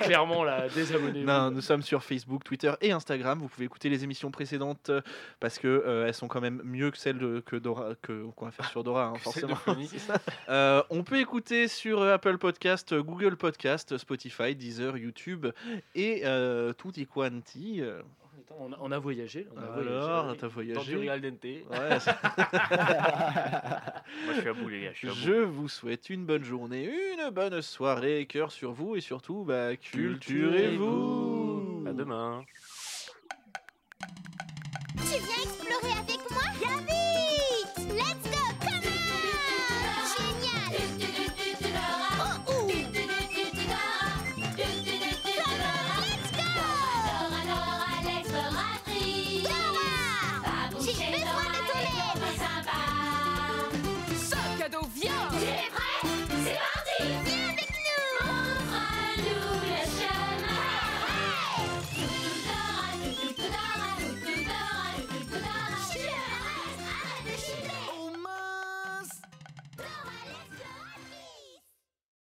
D: Clairement là, désabonnez-vous.
B: Non, nous sommes sur Facebook, Twitter et Instagram. Vous pouvez écouter les émissions précédentes euh, parce que euh, elles sont quand même mieux que celles de, que Dora que qu'on va faire sur Dora, hein, forcément. Euh, on peut écouter sur euh, Apple Podcast, euh, Google Podcast, euh, Spotify, Deezer, YouTube et euh, tutti quanti. euh.
D: Attends, on, a, on a voyagé. On a
B: Bah, Alors,
D: voyagé.
B: t'as
C: Dans du
B: voyagé.
C: Real Dente.
B: Ouais, c'est-
C: Moi je suis à bout les gars. Je suis à bout.
B: je vous souhaite une bonne journée, une bonne soirée, cœur sur vous et surtout, bah, culturez-vous.
C: À demain.
H: Tu viens explorer avec moi Ravi Oh,